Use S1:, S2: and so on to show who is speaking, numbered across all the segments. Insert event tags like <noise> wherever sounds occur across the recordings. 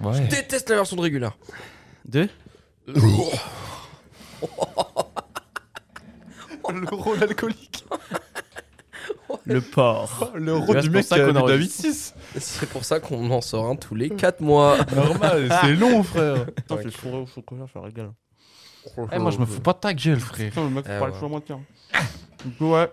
S1: Ouais.
S2: Je déteste la version de Regular.
S3: Deux
S4: Le rôle alcoolique.
S3: Le porc.
S4: <laughs> Le
S3: Tu
S4: rôle
S3: vois,
S4: du
S3: c'est
S4: mec
S3: pour
S4: qui
S3: ça
S4: a
S3: qu'on
S4: bu de la vie de
S3: enregistre.
S4: 6.
S2: <laughs> C'est pour ça qu'on en sort un tous les
S1: Mm.
S2: 4 mois.
S4: Normal, c'est long, frère.
S2: Putain,
S3: fait fourré au chocolat, ça régale.
S1: Eh, moi, je me fous pas de ta gueule, frère.
S4: Putain, le mec,
S3: Ah,
S2: Eh
S4: parle
S2: ouais.
S4: sur moi, tiens. Ouais.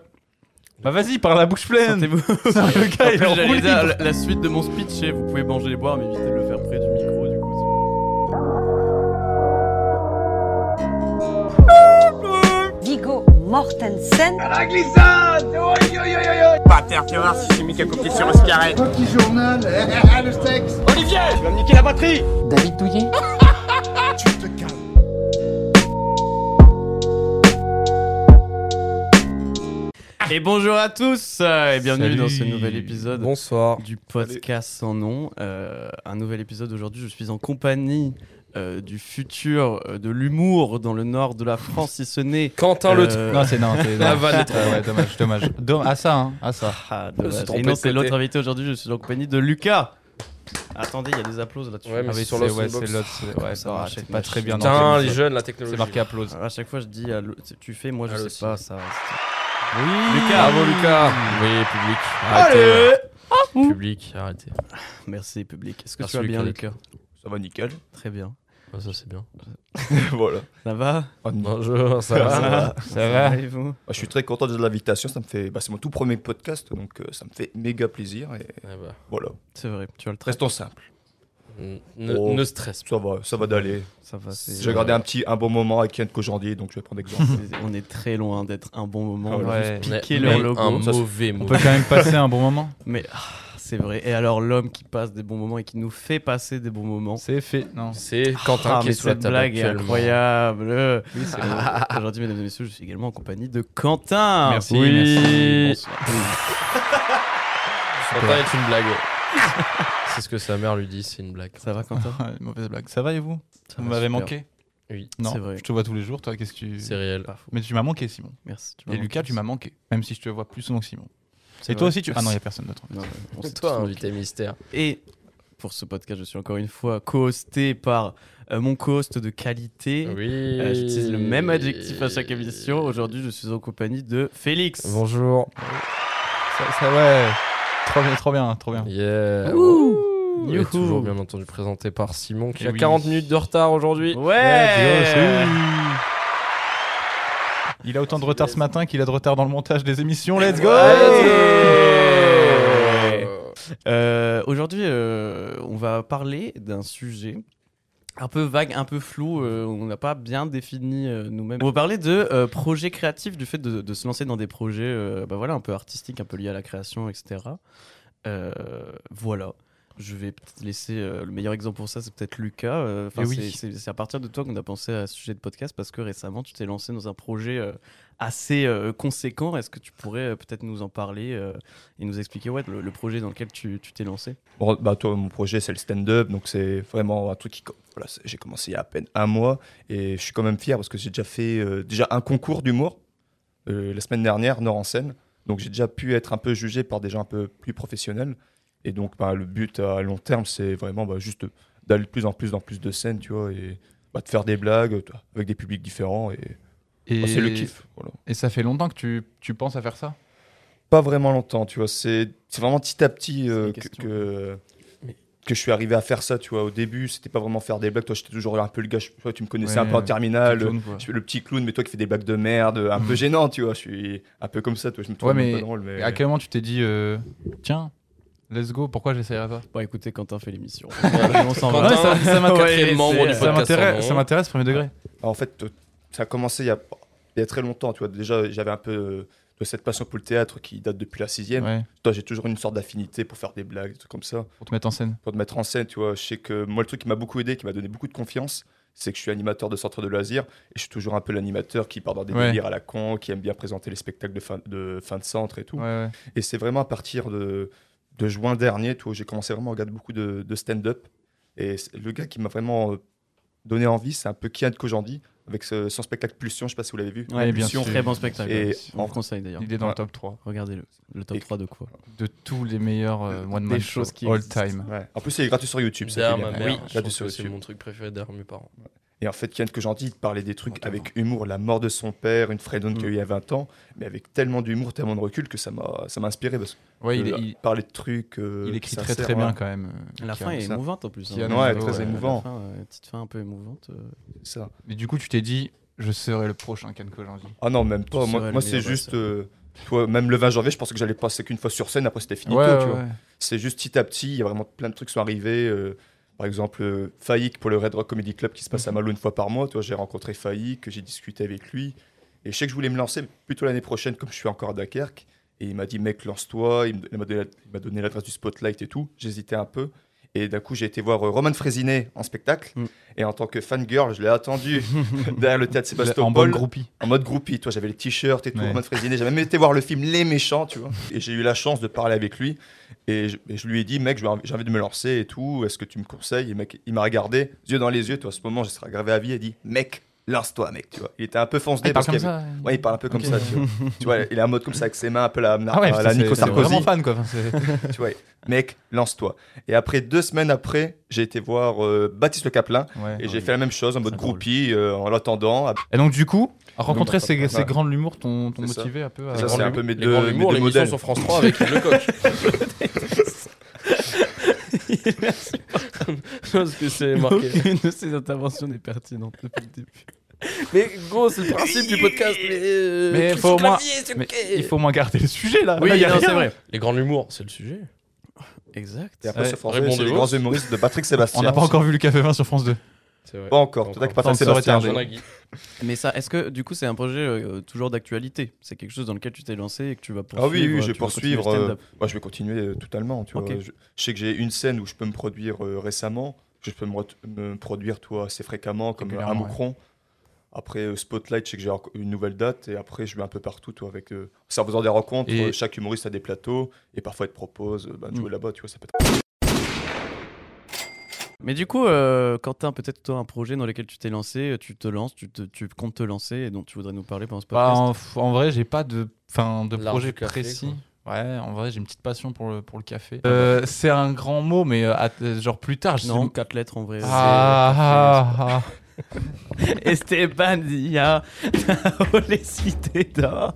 S4: Bah vas-y, parle la bouche
S1: <laughs>
S4: pleine.
S3: Sentez-vous.
S4: Le gars, il est
S3: Eh J'allais
S4: enroulé.
S3: dire, la, la suite de mon speech, c'est vous pouvez manger et boire, mais évitez de le faire près du micro, du coup.
S5: Vigo Mortensen.
S3: Et bonjour à tous euh, et bienvenue
S1: Salut.
S3: dans ce nouvel épisode
S2: Bonsoir.
S3: du podcast sans nom. Euh, un nouvel épisode aujourd'hui, je suis en compagnie euh, du futur euh, de l'humour dans le nord de la France, si ce n'est...
S2: Quentin
S3: euh,
S2: Le Tru-
S3: ah,
S1: Non, c'est non, c'est
S2: La vanne est trop
S1: Ah ouais, dommage, dommage. Dom- à ça, hein, à ça.
S3: ah,
S2: me suis
S3: dommage.
S2: trompé
S3: Et non,
S2: de
S3: c'est
S2: côté.
S3: l'autre invité aujourd'hui, je suis en compagnie de Lucas. Attendez, il y a des applauses là-dessus.
S2: Ouais, mais
S1: Ah
S2: c'est
S1: oui,
S2: sur
S1: c'est
S2: Lost
S1: ouais,
S2: in Box.
S1: c'est l'autre. c'est-
S3: Comme
S1: Ouais,
S3: ça,
S1: ça marche,
S3: Rachel
S1: c'est pas très bien.
S2: Putain,
S1: organisé.
S2: les jeunes, la technologie.
S1: C'est marqué applause.
S3: Alors, à chaque fois, je dis, allô, tu- tu fais, moi je
S2: Allô,
S3: sais
S2: si.
S3: pas ça.
S1: Oui,
S3: Lucas.
S1: bravo Lucas. Oui, public. Arrêtez.
S2: Public, arrêtez.
S3: Merci public. Est-ce que
S2: Merci,
S3: tu vas bien,
S2: Lucas.
S3: Lucas
S4: Ça va
S6: <laughs>
S4: nickel.
S3: Très bien.
S2: Ah, ça, c'est bien.
S4: voilà.
S3: Ça va
S2: Bonjour, ça va
S1: Ça va
S3: et vous
S6: Moi, Ah, je suis très content de l'invitation, ça me fait, bah, c'est mon tout premier podcast, donc euh, ça me fait méga plaisir et
S2: Eh ben,
S6: voilà.
S3: C'est vrai, tu as le trait.
S6: Restons simples,
S2: n- ne,
S6: Oh.
S2: ne stresse pas.
S6: ça va, ça va d'aller.
S3: Ça va, c'est-
S6: J'ai gardé un petit, un bon moment avec Yann Kojandi, donc je vais prendre exemple.
S3: c'est- On est très loin d'être un bon moment.
S6: Ouais.
S3: on a juste
S2: On a
S3: piqué
S2: mis
S3: leur
S2: Un
S3: logo.
S2: mauvais
S1: On
S2: mot.
S1: peut quand même passer un bon moment.
S3: Mais ah, c'est vrai. Et alors, l'homme qui passe des bons moments et qui nous fait passer des bons moments.
S1: C'est fait. Non.
S2: <laughs> C'est Quentin
S3: Ah,
S2: qui
S3: mais
S2: est sous la
S3: cette
S2: table
S3: blague est
S2: actuellement.
S3: incroyable.
S1: Oui, c'est
S3: Ah, <laughs> Aujourd'hui, mesdames et messieurs, je suis également en compagnie de Quentin.
S1: Merci,
S3: Oui.
S1: merci.
S3: Bonsoir.
S2: Quentin est une blague. <laughs> c'est ce que sa mère lui dit, c'est une blague.
S3: Ça va, Quentin
S1: Ah, mauvaise blague. Ça va et vous
S3: Ça
S1: Vous
S3: va
S1: m'avez
S3: super.
S1: manqué
S2: Oui,
S1: Non.
S3: c'est vrai.
S1: Je te vois tous les jours. Toi, qu'est-ce que tu.
S2: c'est réel.
S3: Pas faux.
S1: Mais tu m'as manqué, Simon.
S3: Merci. tu
S1: Et Lucas,
S3: manqué.
S1: tu m'as manqué. Même si je te vois plus souvent que Simon.
S3: C'est
S1: Et toi
S3: vrai.
S1: aussi, tu. Ah non, il n'y a personne d'autre. en fait.
S3: Non, on s'est
S2: Toi, hein,
S3: tous
S2: invité mystère.
S3: Et pour ce podcast, je suis encore une fois co-hosté par euh, mon co-host de qualité.
S2: Oui.
S3: Euh, J'utilise le même adjectif à chaque émission. Aujourd'hui, je suis en compagnie de Félix.
S2: Bonjour.
S1: Ça, ça, ouais. Trop bien, trop bien, trop bien.
S2: Yeah.
S3: Ouh.
S2: Il est
S3: Youhou.
S2: toujours bien entendu présenté par Simon qui
S1: Eh
S2: a
S1: oui.
S2: 40 minutes de retard aujourd'hui.
S3: Ouais,
S1: Il a autant de retard ce matin qu'il a de retard dans le montage des émissions. Let's go
S3: Ouais. Euh, Aujourd'hui, euh, on va parler d'un sujet un peu vague, un peu flou. euh, on n'a pas bien défini euh, nous-mêmes. On va parler de euh, projets créatifs, du fait de, de se lancer dans des projets euh, bah voilà, un peu artistiques, un peu liés à la création, etc. Euh, voilà. Je vais peut-être laisser euh, le meilleur exemple pour ça, c'est peut-être Lucas. Euh, 'fin,
S1: Eh oui.
S3: c'est- c'est c'est à partir de toi qu'on a pensé à ce sujet de podcast parce que récemment tu t'es lancé dans un projet euh, assez euh, conséquent. Est-ce que tu pourrais euh, peut-être nous en parler euh, et nous expliquer ouais, le, le projet dans lequel tu tu t'es lancé
S6: Bon, bah, toi, mon projet, c'est le stand-up, donc c'est vraiment un truc qui. co- Voilà, c'est- j'ai commencé il y a à peine un mois et je suis quand même fier parce que j'ai déjà fait euh, déjà un concours d'humour euh, la semaine dernière, Nord en scène. Donc j'ai déjà pu être un peu jugé par des gens un peu plus professionnels. Et donc bah, le but à long terme, c'est vraiment bah, juste d'aller de plus en plus dans plus de scènes, tu vois, et bah, de faire des blagues tu vois, avec des publics différents. Et
S1: Et-
S6: bah, c'est le kiff. voilà.
S1: Et ça fait longtemps que tu, tu penses à faire ça
S6: Pas vraiment longtemps, tu vois. C'est c'est vraiment petit à petit euh,
S3: des
S6: que,
S3: questions.
S6: que,
S2: Mais-
S6: que je suis arrivé à faire ça, tu vois. Au début, c'était pas vraiment faire des blagues. Toi, j'étais toujours un peu le gars, je- toi, tu me connaissais
S1: Ouais,
S6: un peu en
S1: ouais.
S6: terminale.
S1: Tu te tournes, quoi.
S6: Je suis Ah, le petit clown, mais toi qui fais des blagues de merde,
S1: <laughs>
S6: un peu gênant, tu vois. Je suis un peu comme ça, toi. Je me trouve
S1: Ouais,
S6: même
S1: mais
S6: pas drôle, mais.
S1: À quel moment tu t'es dit, euh, tiens, let's go, pourquoi j'essayerais pas
S3: Bon, écoutez, Quentin fait <laughs> l'émission. on s'en va.
S2: Quentin,
S1: Ouais, ça- ça m'intéresse.
S2: quatrième membre
S3: c'est-
S2: du
S3: ça
S1: Ça
S2: podcast. hein. sans nom.
S1: m'intéresse, ça m'intéresse, premier degré.
S6: Alors, en fait, euh, ça a commencé il y a, il y a très longtemps, tu vois. Déjà, j'avais un peu euh, de cette passion pour le théâtre qui date depuis la sixième.
S1: Ouais,
S6: Toi, j'ai toujours une sorte d'affinité pour faire des blagues, des trucs comme ça.
S1: pour te mettre en scène.
S6: pour te mettre en scène, tu vois. Je sais que moi, le truc qui m'a beaucoup aidé, qui m'a donné beaucoup de confiance, c'est que je suis animateur de Centre de loisirs et je suis toujours un peu l'animateur qui part dans des
S1: Ouais.
S6: délires à la con, qui aime bien présenter les spectacles de fin de, fin de centre et tout.
S1: Ouais, ouais.
S6: Et c'est vraiment à partir de, de juin dernier, tu vois, j'ai commencé vraiment à regarder beaucoup de, de stand-up. Et c'est- le gars qui m'a vraiment euh, donné envie, c'est un peu Kian Kojandi. avec ce- son spectacle Pulsion, je sais pas si vous l'avez vu.
S1: Ouais, bien
S6: Pulsion.
S1: sûr.
S3: Très bon spectacle.
S6: Et
S3: ouais. On
S6: en-
S3: vous conseille d'ailleurs.
S1: Il est dans
S6: Ouais.
S1: le top 3
S3: Regardez-le. Le top
S6: Et-
S3: 3 de quoi
S1: de tous les meilleurs euh, one
S3: Des
S1: man
S3: choses
S1: shows
S3: qui
S1: all
S3: existent.
S1: time.
S6: Ouais. En plus, il est gratuit sur YouTube. c'est
S2: Derrière ma
S6: génial.
S2: mère,
S6: Oui,
S2: je
S6: gratuit
S2: pense
S6: sur
S2: que c'est
S6: YouTube.
S2: mon truc préféré derrière mes parents.
S6: Et en fait, Ken que gentil, il parlait des trucs
S3: Entends.
S1: hein.
S6: avec humour, la mort de son père, une Fredon
S3: Mm.
S6: qu'il y a 20 ans, mais avec tellement d'humour, tellement de recul que ça m'a ça m'a inspiré parce
S1: Ouais, il,
S6: que,
S1: est- il-
S6: parler de trucs. euh,
S1: il écrit très
S6: sincères,
S1: très
S6: ouais.
S1: bien quand même. euh,
S3: La
S1: Kian.
S3: fin est
S6: ça.
S3: émouvante en plus. hein.
S1: Kian
S6: Ouais,
S1: Rizzo,
S6: très
S1: ouais.
S6: émouvant.
S3: La fin, euh, petite fin un peu émouvante. euh.
S6: Ça.
S1: Mais du coup, tu t'es dit, je serai le prochain Kanko Janji.
S6: Ah non, même pas.
S3: Tu serais
S6: Moi,
S3: le
S6: moi, c'est
S3: meilleur, ouais,
S6: juste.
S3: ça.
S6: euh, tu vois, même le 20 janvier, je pensais que j'allais passer qu'une fois sur scène, après c'était fini.
S1: Ouais,
S6: quoi,
S1: ouais,
S6: tu vois.
S1: ouais.
S6: C'est juste petit à petit, il y a vraiment plein de trucs qui sont arrivés. euh, par exemple, euh, Faïk pour le Red Rock Comedy Club qui se passe à Malo une fois par mois. Tu vois, j'ai rencontré Faïk, j'ai discuté avec lui. Et je sais que je voulais me lancer plutôt l'année prochaine, comme je suis encore à Dunkerque. Et il m'a dit, mec, lance-toi. Il me- il m'a donné la- il m'a donné l'adresse du spotlight et tout. J'hésitais un peu. Et d'un coup, j'ai été voir euh, Roman Frésinet en spectacle.
S3: Mm.
S6: Et en tant que fangirl, je l'ai attendu derrière le théâtre
S1: En bonne
S6: Sébastopol
S1: groupie.
S6: en mode groupie, toi j'avais les t-shirts et tout,
S1: Ouais.
S6: en mode fraisiné, j'avais même été voir le film Les Méchants, tu vois. Et j'ai eu la chance de parler avec lui et je, et je lui ai dit mec, j'ai envie j'ai envie de me lancer et tout, est-ce que tu me conseilles Et mec, il m'a regardé, yeux dans les yeux, toi à ce moment, je serai gravé à vie, il a dit mec, lance-toi mec, tu vois. Il était un peu foncé
S1: Ah, Il parle
S6: parce
S1: comme
S6: qu'il
S1: ça.
S6: avait- Ouais, il parle un peu comme
S1: Ok.
S6: ça, tu vois.
S1: <laughs>
S6: tu vois, il a un mode comme ça avec ses mains un peu la,
S1: Ah ouais,
S6: la,
S1: putain,
S6: la
S1: c'est-
S6: Nico
S1: c'est vraiment
S6: Sarkozy,
S1: fan quoi. Enfin, c'est-
S6: tu vois. Mec, lance-toi. Et après deux semaines après, j'ai été voir euh, Baptiste Le Caplin
S1: <laughs> ouais.
S6: et j'ai fait la même chose en mode
S3: C'est drôle.
S6: groupie, euh, en l'attendant, à
S1: Et donc du coup, rencontrer
S6: Donc,
S1: ces,
S6: ouais.
S1: ces grands de l'humour t'ont t'ont
S6: C'est ça.
S1: motivé un peu à...
S6: Ça, c'est un peu mes
S2: Les
S6: deux-
S2: grands
S6: mes
S2: humours,
S6: deux
S2: l'émission
S6: modèles.
S2: sur France 3 avec Yves Lecoq. Parce que c'est marqué.
S3: <laughs> Aucune de ces interventions n'est pertinente depuis le début.
S2: Mais gros, c'est le principe du podcast. Mais, euh,
S1: Mais
S2: Christophe
S1: faut au moins-
S2: Clavier, c'est
S1: Mais
S2: ok.
S1: il faut au moins garder le sujet là.
S3: Oui,
S1: Là, il y a
S3: non,
S1: rien.
S3: c'est vrai.
S2: Les grands humours, c'est le sujet.
S3: Exact.
S6: Et après,
S1: Ouais.
S6: sur France
S2: Raymond
S6: 2, c'est les
S2: Devos.
S6: grands humoristes de Patrick
S1: <laughs>
S6: Sébastien.
S1: On n'a pas encore vu le Café 20 sur France 2.
S2: C'est vrai.
S6: Pas encore. Peut-être que Patrick
S1: Encore.
S6: Sébastien.
S1: Encore.
S2: Jean
S6: je-
S2: Nagui.
S3: Mais ça, est-ce que du coup, c'est un projet euh, toujours d'actualité C'est quelque chose dans lequel tu t'es lancé et que tu vas poursuivre
S6: Ah oui, oui, je
S3: euh,
S6: vais
S3: tu vas continuer le
S6: poursuivre,
S3: stand-up.
S6: Moi, je vais continuer euh, totalement. Tu
S3: Ok.
S6: vois. Je, je sais que j'ai une scène où je peux me produire euh, récemment. que Je peux me, re- me produire, toi, assez fréquemment, comme euh, à
S1: Régulièrement, ouais.
S6: Moucron. Après euh, Spotlight, je sais que j'ai encore une nouvelle date. Et après, je vais un peu partout, toi, avec. euh, c'est en faisant des rencontres.
S1: Et-
S6: euh, chaque humoriste a des plateaux. Et parfois, il te propose euh, ben, de
S3: Mm.
S6: jouer là-bas, tu vois. Ça peut être-
S3: Mais du coup, euh, Quentin, peut-être toi, un projet dans lequel tu t'es lancé, euh, tu te lances, tu, te- tu comptes te lancer et dont tu voudrais nous parler pendant ce
S1: Bah,
S3: podcast
S1: en, f- en vrai, j'ai pas de, enfin, de
S2: L'art
S1: projet
S2: du café,
S1: précis. Ouais, en vrai, j'ai une petite passion pour le, pour le café. Euh, c'est un grand mot, mais euh, att- euh, genre plus tard, je
S3: Non,
S1: sais-
S3: quatre lettres en vrai.
S1: Ah, ah,
S3: Esteban Dia, oh, les cités d'or.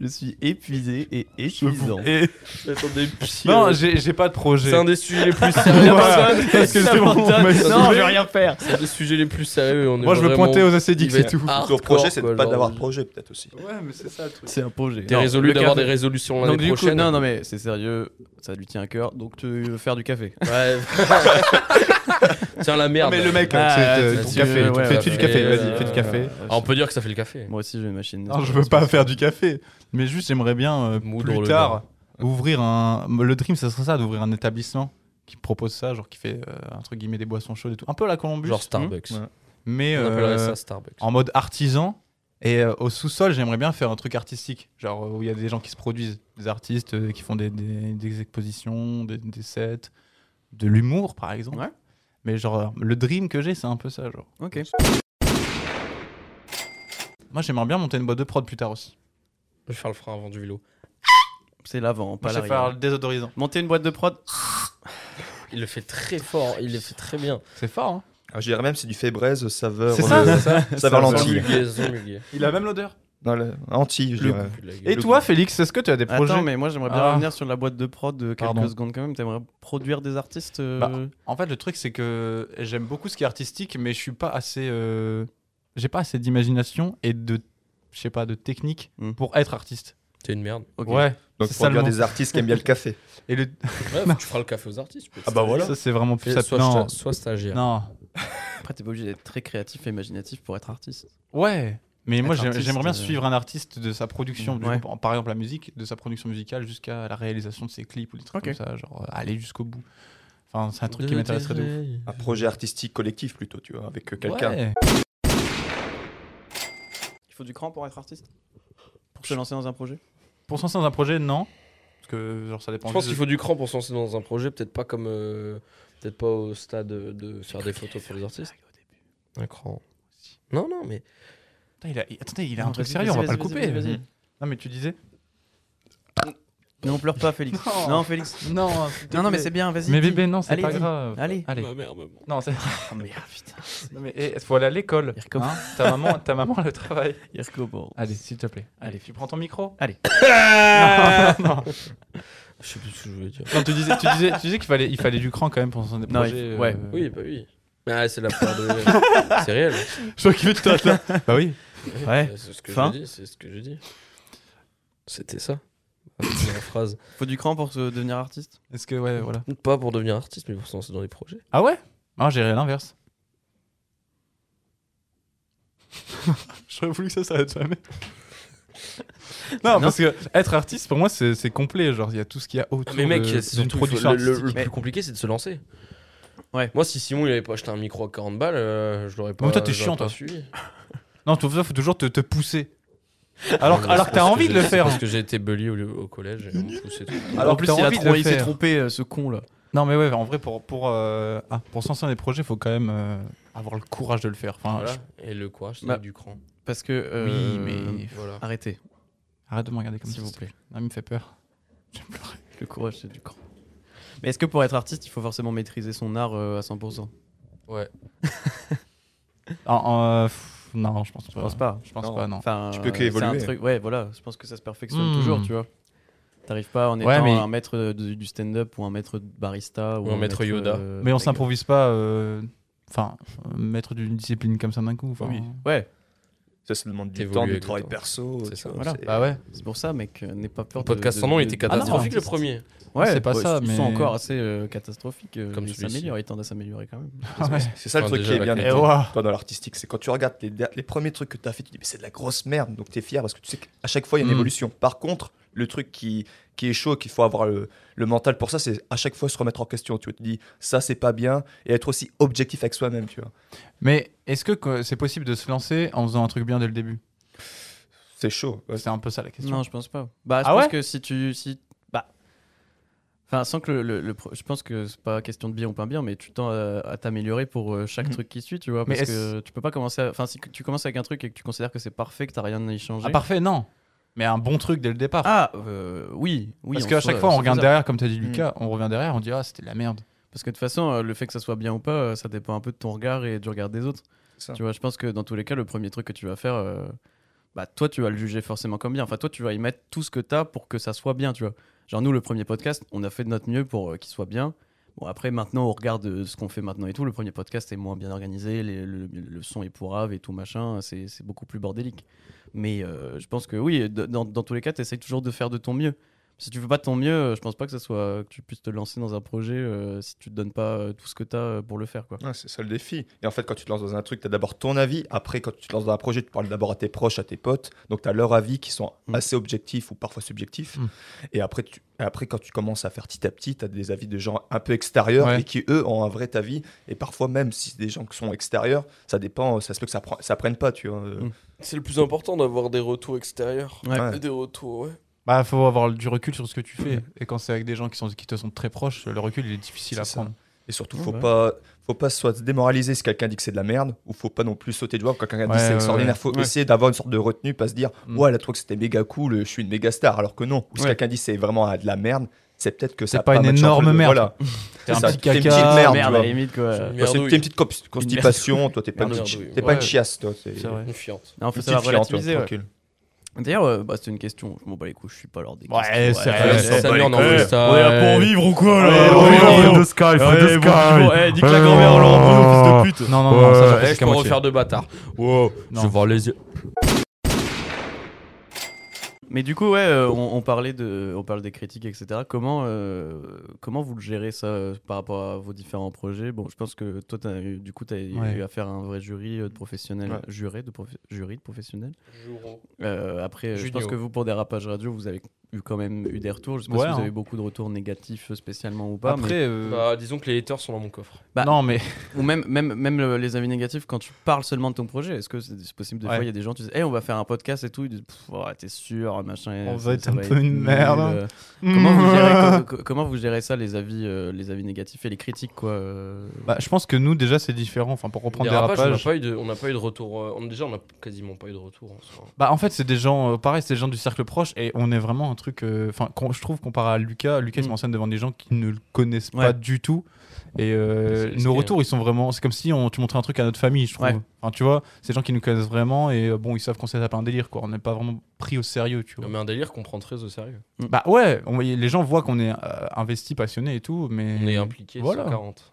S3: Je suis épuisé et épuisant.
S1: <laughs>
S2: J'attendais
S1: ah. Non, j'ai j'ai pas de projet.
S2: euh. C'est un des sujets
S1: <laughs>
S2: les plus <laughs> sérieux.
S1: Voilà, parce que c'est bon, on m'a
S3: non,
S1: sauvé.
S3: je vais rien faire.
S2: C'est un des sujets les plus sérieux. On est
S1: Moi, je veux
S2: vraiment-
S1: pointer aux
S2: il
S1: acédiques,
S2: va
S1: c'est
S2: être
S1: tout.
S6: Ton
S2: hardcore,
S6: projet, c'est de
S2: quoi,
S6: pas
S2: genre,
S6: d'avoir de
S2: je-
S6: projet, peut-être aussi.
S1: Ouais, mais c'est ça le truc.
S3: C'est un projet.
S2: T'es
S3: Alors,
S2: résolu
S3: le
S2: d'avoir des
S3: café.
S2: résolutions
S3: Donc
S2: l'année
S3: du
S2: prochaine.
S3: coup, non, non, mais c'est sérieux, ça lui tient à cœur, donc tu veux faire du café.
S1: <laughs>
S2: Ouais. Tiens la merde.
S1: Mais le mec, euh,
S3: Ah,
S1: c'est euh,
S3: ouais,
S1: ton
S3: tu
S1: café.
S3: veux-
S1: tu-
S3: ouais,
S1: fais-
S3: ouais,
S1: Fais du
S2: ouais,
S1: café,
S2: ouais,
S1: vas-y,
S2: ouais,
S1: fais du
S2: ouais.
S1: café.
S2: Ah, on peut dire que ça fait le café.
S3: Moi aussi, j'ai une machine.
S1: Non, je veux pas faire du café, mais juste j'aimerais bien euh,
S2: Moudre
S1: plus
S2: le
S1: tard ouvrir un. Le dream, ça serait ça, d'ouvrir un établissement qui propose ça, genre qui fait euh, entre guillemets des boissons chaudes et tout, un peu à la Columbus,
S2: Genre Starbucks.
S6: Ouais.
S1: mais
S2: On
S1: hmm, euh,
S2: appellerait ça Starbucks.
S1: en mode artisan. Et euh, au sous-sol, j'aimerais bien faire un truc artistique, genre euh, où il y a des gens qui se produisent, des artistes euh, qui font des, des- des expositions, des, des sets, de l'humour par exemple.
S3: Ouais.
S1: Mais genre euh, le dream que j'ai, c'est un peu ça, genre.
S3: Ok.
S1: Moi, j'aimerais bien monter une boîte de prod plus tard aussi.
S2: Je vais faire le frein avant du vélo.
S3: C'est l'avant,
S1: Moi,
S3: pas
S1: je sais faire
S3: l'arrière.
S1: le désodorisant.
S3: Monter une boîte de prod,
S2: Il le fait très fort, il le fait très bien.
S1: C'est fort. Hein
S6: Ah, je dirais même, c'est du Fébraise, saveur.
S1: C'est ça,
S6: euh,
S1: c'est ça.
S6: Saveur
S2: Sans
S6: lentille.
S2: muguet, sans muguet.
S1: Il a même l'odeur.
S6: Non, la- Anti, je
S2: Le
S6: dirais.
S2: coup de la gueule.
S1: Et toi, Félix, est-ce que tu as des projets
S3: Attends, mais moi j'aimerais bien
S1: Ah.
S3: revenir sur la boîte de prod de quelques
S1: Pardon.
S3: secondes quand même. T'aimerais produire des artistes euh,
S1: Bah, En fait, le truc, c'est que j'aime beaucoup ce qui est artistique, mais je suis pas assez. euh, J'ai pas assez d'imagination et de. Je sais pas, de technique
S3: Mm.
S1: pour être artiste.
S2: T'es une merde.
S3: ok.
S1: Ouais. C'est
S6: Donc, pour dire
S1: salement.
S6: des artistes qui aiment bien le café.
S1: Et le.
S2: Ouais, faut que tu feras le café aux artistes.
S6: Ah bah
S1: <laughs>
S6: voilà.
S1: Ça, c'est vraiment plus. ça-
S2: Soit,
S1: Non.
S2: sta- soit stagiaire.
S1: Non.
S3: Après, t'es pas obligé d'être très créatif et imaginatif pour être artiste.
S1: Ouais. Mais moi,
S3: Être
S1: j'ai-
S3: artiste,
S1: j'aimerais bien
S3: euh,
S1: suivre un artiste de sa production, du
S3: Ouais.
S1: coup, par- par exemple la musique, de sa production musicale jusqu'à la réalisation de ses clips ou des trucs
S3: Ok.
S1: comme ça, genre euh, aller jusqu'au bout. Enfin, c'est un truc qui m'intéresserait de ouf.
S6: Un projet artistique collectif, plutôt, tu vois, avec euh, quelqu'un.
S1: Ouais.
S3: Il faut du cran pour être artiste Pour se lancer dans un projet
S1: Pour s'en dans un projet, non. Parce que genre, ça dépend.
S2: Je pense
S1: juste
S2: qu'il
S1: de-
S2: faut du cran pour se lancer dans un projet, peut-être pas comme. euh, Peut-être pas au stade de faire des photos pour les artistes. Un cran. Non, non, mais
S1: Putain, il a, il- attendez, il a
S3: Non,
S1: un truc
S3: vas-y,
S1: sérieux, on va
S3: vas-y,
S1: pas le
S3: vas-y,
S1: couper.
S3: vas-y, vas-y.
S1: Mm. Non, mais tu disais
S3: Mais on pleure pas, Félix.
S1: Non.
S3: Non, Félix.
S1: <laughs> Non,
S3: Non, non, mais c'est bien, vas-y.
S1: Mais
S3: dis.
S1: bébé, non, c'est
S3: Allez,
S1: pas
S3: dis.
S1: grave.
S3: Allez.
S1: Allez.
S2: ma mère me ment.
S1: Non, c'est.
S3: Ah, merde, putain.
S1: <laughs> Non, mais eh, faut aller à l'école.
S3: Il recommence.
S1: hein. ta maman, ta maman, elle travaille.
S3: Hein? Il recommence.
S1: Allez, s'il te plaît.
S3: Allez.
S1: tu prends ton micro. <laughs>
S2: non, Je sais plus ce que je voulais dire.
S1: Ah. Non, tu disais, tu disais, tu disais qu'il fallait, il fallait du cran quand même pour son
S3: Non, il-
S1: projet. euh,
S3: ouais.
S2: Oui, bah oui. Ah, c'est la part de. <laughs> c'est réel.
S1: <laughs> Je suis occupé de toi, là. <laughs> bah oui.
S3: Ouais.
S2: C'est ce que
S3: Fin.
S2: je dis. C'est ce que je dis. C'était ça. La phrase.
S3: Faut du cran pour se devenir artiste.
S1: Est-ce que ouais, voilà.
S2: Pas pour devenir artiste, mais pour se lancer dans les projets.
S1: Ah ouais Non, j'ai rien l'inverse. <laughs> J'aurais voulu que ça s'arrête jamais. <laughs> non,
S3: Non.
S1: parce que être artiste pour moi c'est c'est complet, genre il y a tout ce qu'il y a autour
S2: Ah, mais mec,
S1: de-
S2: c'est
S1: d'une
S2: surtout
S1: production
S2: le, le-
S1: artistique.
S2: le plus compliqué, c'est de se lancer.
S3: Ouais.
S2: Moi, si Simon il avait pas acheté un micro à 40 balles, euh, je l'aurais pas.
S1: mais toi, t'es
S2: je l'aurais
S1: chiant,
S2: pas
S1: toi.
S2: suivi.
S1: Non, tout ça faut toujours te, te pousser. Alors,
S2: Non, mais
S1: alors
S2: c'est
S1: que t'as
S2: parce
S1: envie de
S2: j'ai-
S1: le
S2: c'est
S1: faire.
S2: Parce que j'ai été bully au, au collège. et on me poussait tout le temps.
S1: Alors
S3: en plus,
S1: que t'as
S3: il, a
S1: envie de
S3: trop-
S1: le
S3: il s'est
S1: faire.
S3: trompé, euh, ce con là.
S1: Non mais ouais, en vrai pour pour euh, ah, pour s'en sortir des projets, faut quand même euh, avoir le courage de le faire. Enfin,
S2: Voilà.
S1: je-
S2: Et le courage, c'est
S3: Bah. Ah,
S2: du cran.
S3: Parce que. euh,
S1: oui, mais
S2: Voilà.
S3: Arrêtez,
S1: arrête de me regarder comme ça.
S3: s'il vous plaît.
S1: Non, il me fait peur. <laughs> Je vais pleurer.
S3: Le courage, c'est du cran. Mais est-ce que pour être artiste, il faut forcément maîtriser son art euh, à 100%
S2: Ouais.
S1: En- en, euh, pff, non, je pense pas.
S3: Je pense pas.
S1: Je pense
S6: Non.
S1: pas, non.
S3: Enfin,
S6: Tu peux que
S3: euh, c'est un
S6: évoluer.
S3: truc- ouais, voilà. Je pense que ça se perfectionne
S1: Hmm.
S3: toujours, tu vois. T'arrives pas en étant
S1: Ouais, mais-
S3: un maître de- du stand-up ou un maître de barista ou,
S2: Ou un maître Yoda.
S3: euh,
S1: Mais on
S3: mec-
S1: s'improvise pas, euh, enfin, euh, maître d'une discipline comme ça d'un coup. enfin.
S3: Oui. Ouais,
S6: Ça, ça demande du
S2: T'évolues
S6: temps, du
S2: avec le
S6: travail
S2: temps.
S6: perso.
S2: C'est
S6: tu
S2: ça.
S6: vois,
S3: Voilà.
S6: c'est-
S1: Bah ouais.
S3: c'est pour ça, mec. euh, N'aie pas peur.
S2: Le podcast sans nom était catastrophique, le premier.
S3: Ouais,
S1: C'est pas
S3: ouais,
S1: ça,
S3: ils
S1: mais-
S3: sont encore assez euh, catastrophiques. euh,
S2: Comme
S3: ils
S2: celui-ci.
S3: s'améliorent, ils tendent à s'améliorer quand même.
S6: C'est ça le
S2: Enfin,
S6: truc qui
S2: déjà,
S6: est
S2: la
S6: bien
S2: qualité.
S1: Eh,
S6: dans-
S1: ouah.
S6: dans l'artistique. C'est quand tu regardes les, der- les premiers trucs que tu as fait, tu dis, mais c'est de la grosse merde. Donc tu es fier parce que tu sais qu'à chaque fois, il y a une
S1: Mm.
S6: évolution. Par contre, le truc qui, qui est chaud, qu'il faut avoir le, le mental pour ça, c'est à chaque fois se remettre en question. Tu te dis, ça, c'est pas bien. Et être aussi objectif avec soi-même. tu vois.
S1: Mais est-ce que que c'est possible de se lancer en faisant un truc bien dès le début
S6: C'est chaud. ouais.
S1: C'est un peu ça la question.
S3: Non, je pense pas. Bah, je
S1: Ah
S3: pense
S1: ouais
S3: que si tu. Si... Bah. Enfin, sans que le, le- le pro- Je pense que c'est pas question de bien ou pas bien, mais tu tends à, à t'améliorer pour euh, chaque
S1: Mhm.
S3: truc qui suit, tu vois.
S1: Mais
S3: Parce
S1: est-ce-
S3: que tu peux pas commencer. à- Enfin, si que tu commences avec un truc et que tu considères que c'est parfait, que t'as rien à y changer.
S1: Ah, parfait, non. Mais un bon truc dès le départ.
S3: Ah, euh, oui, oui.
S1: Parce
S3: en
S1: qu'à
S3: soi,
S1: chaque fois, on
S3: c'est
S1: regarde
S3: faisable.
S1: derrière, comme t'as dit Lucas, on revient derrière, on dit ah c'était de la merde.
S3: Parce que de toute façon, euh, le fait que ça soit bien ou pas, euh, ça dépend un peu de ton regard et du regard des autres.
S6: C'est ça.
S3: Tu vois, je pense que dans tous les cas, le premier truc que tu vas faire, euh, bah toi, tu vas le juger forcément comme bien. Enfin, toi, tu vas y mettre tout ce que t'as pour que ça soit bien, tu vois. Genre nous, le premier podcast, on a fait de notre mieux pour euh, qu'il soit bien. Bon, après, maintenant, on regarde euh, ce qu'on fait maintenant et tout. Le premier podcast est moins bien organisé, les- le, le son est pourrave et tout machin. C'est c'est beaucoup plus bordélique. Mais euh, je pense que oui, d- dans, dans tous les cas, tu toujours de faire de ton mieux. Si tu veux pas de ton mieux, euh, je pense pas que ça soit que tu puisses te lancer dans un projet euh, si tu te donnes pas euh, tout ce que tu as pour le faire, quoi.
S6: Ouais, Ah, c'est ça le défi. Et en fait, quand tu te lances dans un truc, tu as d'abord ton avis. Après, quand tu te lances dans un projet, tu parles d'abord à tes proches, à tes potes. Donc, tu as leur avis qui sont
S3: Mm.
S6: assez objectifs ou parfois subjectifs.
S1: Mm.
S6: Et après, tu- et après, quand tu commences à faire petit à petit, tu as des avis de gens un peu extérieurs
S1: Ouais.
S6: et qui, eux, ont un vrai avis. Et parfois, même si c'est des gens qui sont extérieurs, ça dépend. Ça se peut que ça, pre- ça prenne pas, tu vois.
S3: Mm.
S2: C'est le plus important d'avoir des retours extérieurs.
S3: Ouais.
S6: Ouais.
S2: Des retours, ouais.
S1: Bah faut avoir du recul sur ce que tu fais. Et quand c'est avec des gens qui, sont, qui te sont très proches, le recul il est difficile à
S6: C'est ça.
S1: prendre.
S6: Et surtout,
S1: Ah
S3: Ouais,
S6: faut
S1: bah.
S3: ouais.
S6: pas, faut pas soit se démoraliser si quelqu'un dit que c'est de la merde, ou faut pas non plus sauter de joie quand quelqu'un
S1: Ouais,
S6: dit que
S1: ouais,
S6: c'est extraordinaire. Faut
S3: ouais.
S6: essayer d'avoir une sorte de retenue, pas se dire
S1: Mm.
S6: ouais, la truc c'était méga cool, je suis une méga star, alors que non. Ou si
S3: Ouais.
S6: quelqu'un dit c'est vraiment ah, de la merde, c'est peut-être que
S1: C'est
S6: ça a
S1: pas une
S6: matché entre
S1: énorme
S6: les deux.
S1: merde.
S6: Voilà.
S1: <laughs> T'es un
S6: ça,
S1: petit
S6: t'es une
S1: caca.
S6: petite merde,
S3: Ah, merde,
S6: tu
S3: à la
S6: vois.
S3: limite, quoi.
S2: Une
S6: Toi, c'est-
S2: merdouille.
S6: T'es une petite cons- constipation, toi t'es pas,
S2: Une
S6: une,
S2: merdouille,
S6: chi- t'es pas une
S2: ouais.
S6: chiasse, toi. t'es-
S1: C'est vrai.
S2: Une fiante.
S3: Non, faut
S6: Une
S3: savoir
S6: petite chiante, toi,
S3: relativiser, ouais.
S6: tranquille.
S3: D'ailleurs, euh, bah, c'est une question. Je m'en bats les couilles, je suis pas leur des
S1: Ouais,
S3: questions.
S1: c'est
S3: Ouais,
S1: vrai,
S3: ouais,
S1: c'est
S3: ouais.
S1: vrai.
S2: Samuel, on enregistre ça.
S3: bah, Eh, on est là pour vivre ou quoi là
S1: Ouais,
S3: Ouais,
S1: ouais,
S3: ouais,
S1: ouais.
S3: ouais.
S1: sky,
S3: Ouais, bon, bon, eh, dis que la grand-mère, on leur en bouffe, fils de pute.
S1: Non, non, non, ça, j'en fais
S2: Eh,
S1: qu'à
S2: je peux
S1: moitié.
S2: refaire de bâtard. Wow,
S1: Non.
S2: je vois les yeux.
S3: Mais du coup, ouais, euh, on, on parlait de, on parle des critiques, etc. Comment, euh, comment vous le gérez ça euh, par rapport à vos différents projets Bon, je pense que toi, as eu, du coup, t'as eu-
S1: Ouais.
S3: eu affaire à un vrai jury euh, de professionnels,
S6: Ouais.
S3: juré de prof- jury de professionnels. Euh, après, euh, je pense
S2: Junio.
S3: que vous, pour Dérapage Radio, vous avez eu quand même eu des retours. Je sais pas
S1: Ouais,
S3: si vous
S1: hein.
S3: avez beaucoup de retours négatifs euh, spécialement ou pas. mais-
S1: Après, euh,
S2: Bah, disons que les haters sont dans mon coffre.
S3: bah-
S1: non, mais
S3: Ou même, même, même euh, les avis négatifs quand tu parles seulement de ton projet. Est-ce que c'est c'est possible des
S1: Ouais.
S3: fois il y a des gens tu dis hey, on va faire un podcast et tout ils disent Pff, ouais, t'es sûr machin
S1: On
S3: ça-
S1: va être
S3: ça
S1: un peu une
S3: nul.
S1: merde. hein.
S3: Euh, Comment vous,
S1: <laughs>
S3: gérez, co- co- comment vous gérez ça les avis euh, les avis négatifs et les critiques quoi euh,
S1: Bah, je pense que nous, déjà, c'est différent. Enfin, pour reprendre
S2: Les
S1: des
S2: rapages, on n'a
S1: rapages.
S2: pas eu de, on n'a pas eu de retour. euh, on- déjà, on n'a quasiment pas eu de retour. hein, en soi.
S1: Bah, en fait, c'est des gens, euh, pareil, c'est des gens du cercle proche et on est vraiment un truc. euh, Enfin, qu'on- je trouve comparé à Lucas, Lucas il se
S3: Mm.
S1: met en scène devant des gens qui ne le connaissent
S3: Ouais.
S1: pas du tout. Et euh,
S2: C'est risqué,
S1: nos retours, ils sont vraiment. C'est comme si on, tu montrais un truc à notre famille, je trouve.
S3: Ouais.
S1: Enfin, tu vois, c'est des gens qui nous connaissent vraiment et euh, bon, ils savent qu'on s'est tapé un délire, quoi. On n'est pas vraiment pris au sérieux, tu vois.
S2: Non, mais un délire qu'on prend très au sérieux.
S1: Bah ouais, on- les gens voient qu'on est euh, investi, passionné et tout, mais.
S2: On est impliqué
S1: voilà.
S2: 140.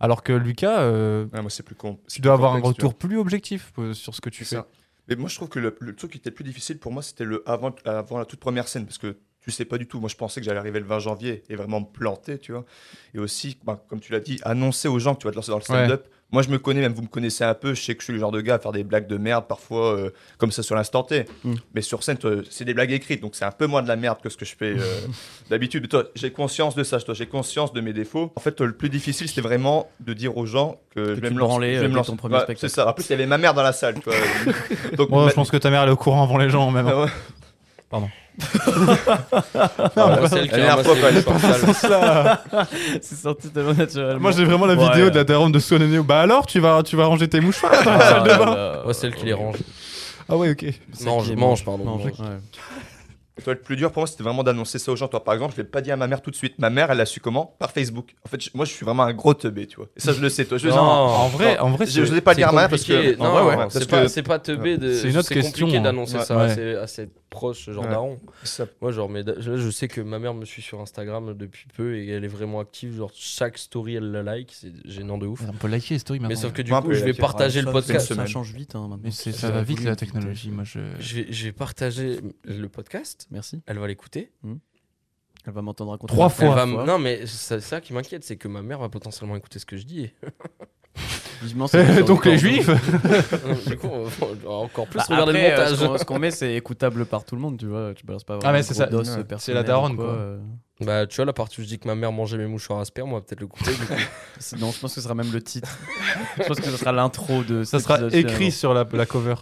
S1: Alors que Lucas, euh,
S6: Ouais, moi, c'est plus con.
S1: tu dois avoir un retour plus objectif euh, sur ce que tu
S6: C'est
S1: fais.
S6: ça. Mais moi, je trouve que le, le truc qui était le plus difficile pour moi, c'était le avant, avant la toute première scène, parce que tu sais pas du tout. Moi, je pensais que j'allais arriver le 20 janvier et vraiment me planter, tu vois. Et aussi, bah, comme tu l'as dit, annoncer aux gens que tu vas te lancer dans le stand-up. Moi, je me connais, même vous me connaissez un peu. Je sais que je suis le genre de gars à faire des blagues de merde, parfois euh, comme ça sur l'instant T.
S3: Mm.
S6: Mais sur scène, toi, c'est des blagues écrites, donc c'est un peu moins de la merde que ce que je fais
S3: <laughs>
S6: euh, d'habitude. Mais Toi, j'ai conscience de ça. Toi, j'ai conscience de mes défauts. En fait, euh, le plus difficile, c'était vraiment de dire aux gens que, je vais
S3: tu
S6: me lancer.
S3: branlais,
S6: je vais
S3: euh,
S6: me
S3: dès
S6: lancer.
S3: ton premier
S6: Ouais,
S3: spectacle.
S6: c'est ça. En plus, il y avait ma mère dans la salle. tu
S3: <laughs>
S6: vois. Donc,
S1: Moi,
S6: ma-
S1: je pense que ta mère elle est au courant avant les gens, même. hein.
S6: Ah ouais.
S3: Ah, bah,
S2: Voilà, celle qui
S6: La
S2: a
S6: dernière
S2: ramassé
S6: fois, quand
S2: les
S6: même,
S2: dorsales. <laughs>
S3: c'est sorti tellement naturellement
S1: Moi j'ai vraiment la
S3: Ouais.
S1: vidéo de la daronne de Soanéo. Bah alors tu vas tu vas ranger tes mouchoirs
S6: <laughs>
S1: dans la
S3: Ah
S1: salle
S3: là
S1: de bain.
S3: là.
S2: Moi, celle qui les range.
S1: Ah ouais ok.
S2: <laughs>
S3: Celle
S2: Mange,
S3: qui les
S2: mange, pardon, mange.
S3: ouais.
S6: Et toi, le plus dur pour moi, c'était vraiment d'annoncer ça aux gens. Toi, par exemple, je l'ai pas dit à ma mère tout de suite. Ma mère, elle l'a su comment Par Facebook. En fait, je- moi, je suis vraiment un gros teubé, tu vois. Et ça, je le sais, toi. Je,
S2: Non,
S1: en vrai en vrai
S6: je,
S1: c'est-
S6: je l'ai pas dit
S2: C'est
S6: à ma mère parce
S2: compliqué.
S6: que.
S2: Non,
S6: en vrai, ouais,
S2: non,
S6: parce
S2: c'est
S6: que
S2: pas, c'est pas teubé de.
S1: C'est une autre
S2: compliqué
S1: question,
S2: d'annoncer
S1: ouais.
S2: ça
S1: Ouais.
S2: c'est assez proche, ce genre
S6: hein. Ouais.
S2: daron.
S6: ça-
S2: Moi, genre, mais là, je sais que ma mère me suit sur Instagram depuis peu et elle est vraiment active. Genre, chaque story, elle la like. C'est gênant de ouf.
S1: On peut liker les stories
S2: Mais sauf que du
S6: Ouais,
S2: coup,
S6: ouais,
S2: je vais
S6: ok,
S2: partager
S6: ouais,
S2: le
S6: ça, c'est une
S2: podcast.
S3: ça
S6: semaine.
S3: change vite hein, maintenant.
S1: Mais c'est- ça va vite la
S3: euh.
S1: technologie moi <laughs> je.
S2: Je vais, je vais partager le podcast.
S3: merci
S2: Elle va l'écouter.
S3: elle va m'entendre raconter
S1: Trois
S3: ma-
S1: fois.
S2: Elle va
S3: Elle
S2: me-
S3: va me-
S2: Non, mais c'est ça qui m'inquiète, c'est que ma mère va potentiellement écouter ce que je dis.
S3: Vivement, c'est <laughs>
S1: Euh, <laughs>
S3: sur
S1: Donc
S3: le
S1: les
S3: corps.
S1: juifs
S2: <laughs> du coup, on va encore plus
S3: Bah,
S2: regarder
S3: après,
S2: le
S3: euh,
S2: montage.
S3: ce qu'on- ce qu'on met, c'est écoutable par tout le monde, tu vois. Tu balances pas.
S1: Ah, mais
S3: un
S1: c'est
S3: gros
S1: ça.
S3: dos,
S1: Ouais.
S3: euh,
S1: C'est la
S3: personnel ou
S1: daronne, quoi.
S3: euh.
S2: Bah, tu vois, la partie où je dis que ma mère mangeait mes mouchoirs à sperme, on va peut-être le couper. <laughs> du coup.
S3: C'est- Non, je pense que ce sera même le
S1: <laughs>
S3: titre. je pense que ce sera l'intro de.
S1: ça
S3: cet
S1: sera
S3: épisode,
S1: écrit
S3: finalement.
S1: sur la, la <laughs> cover.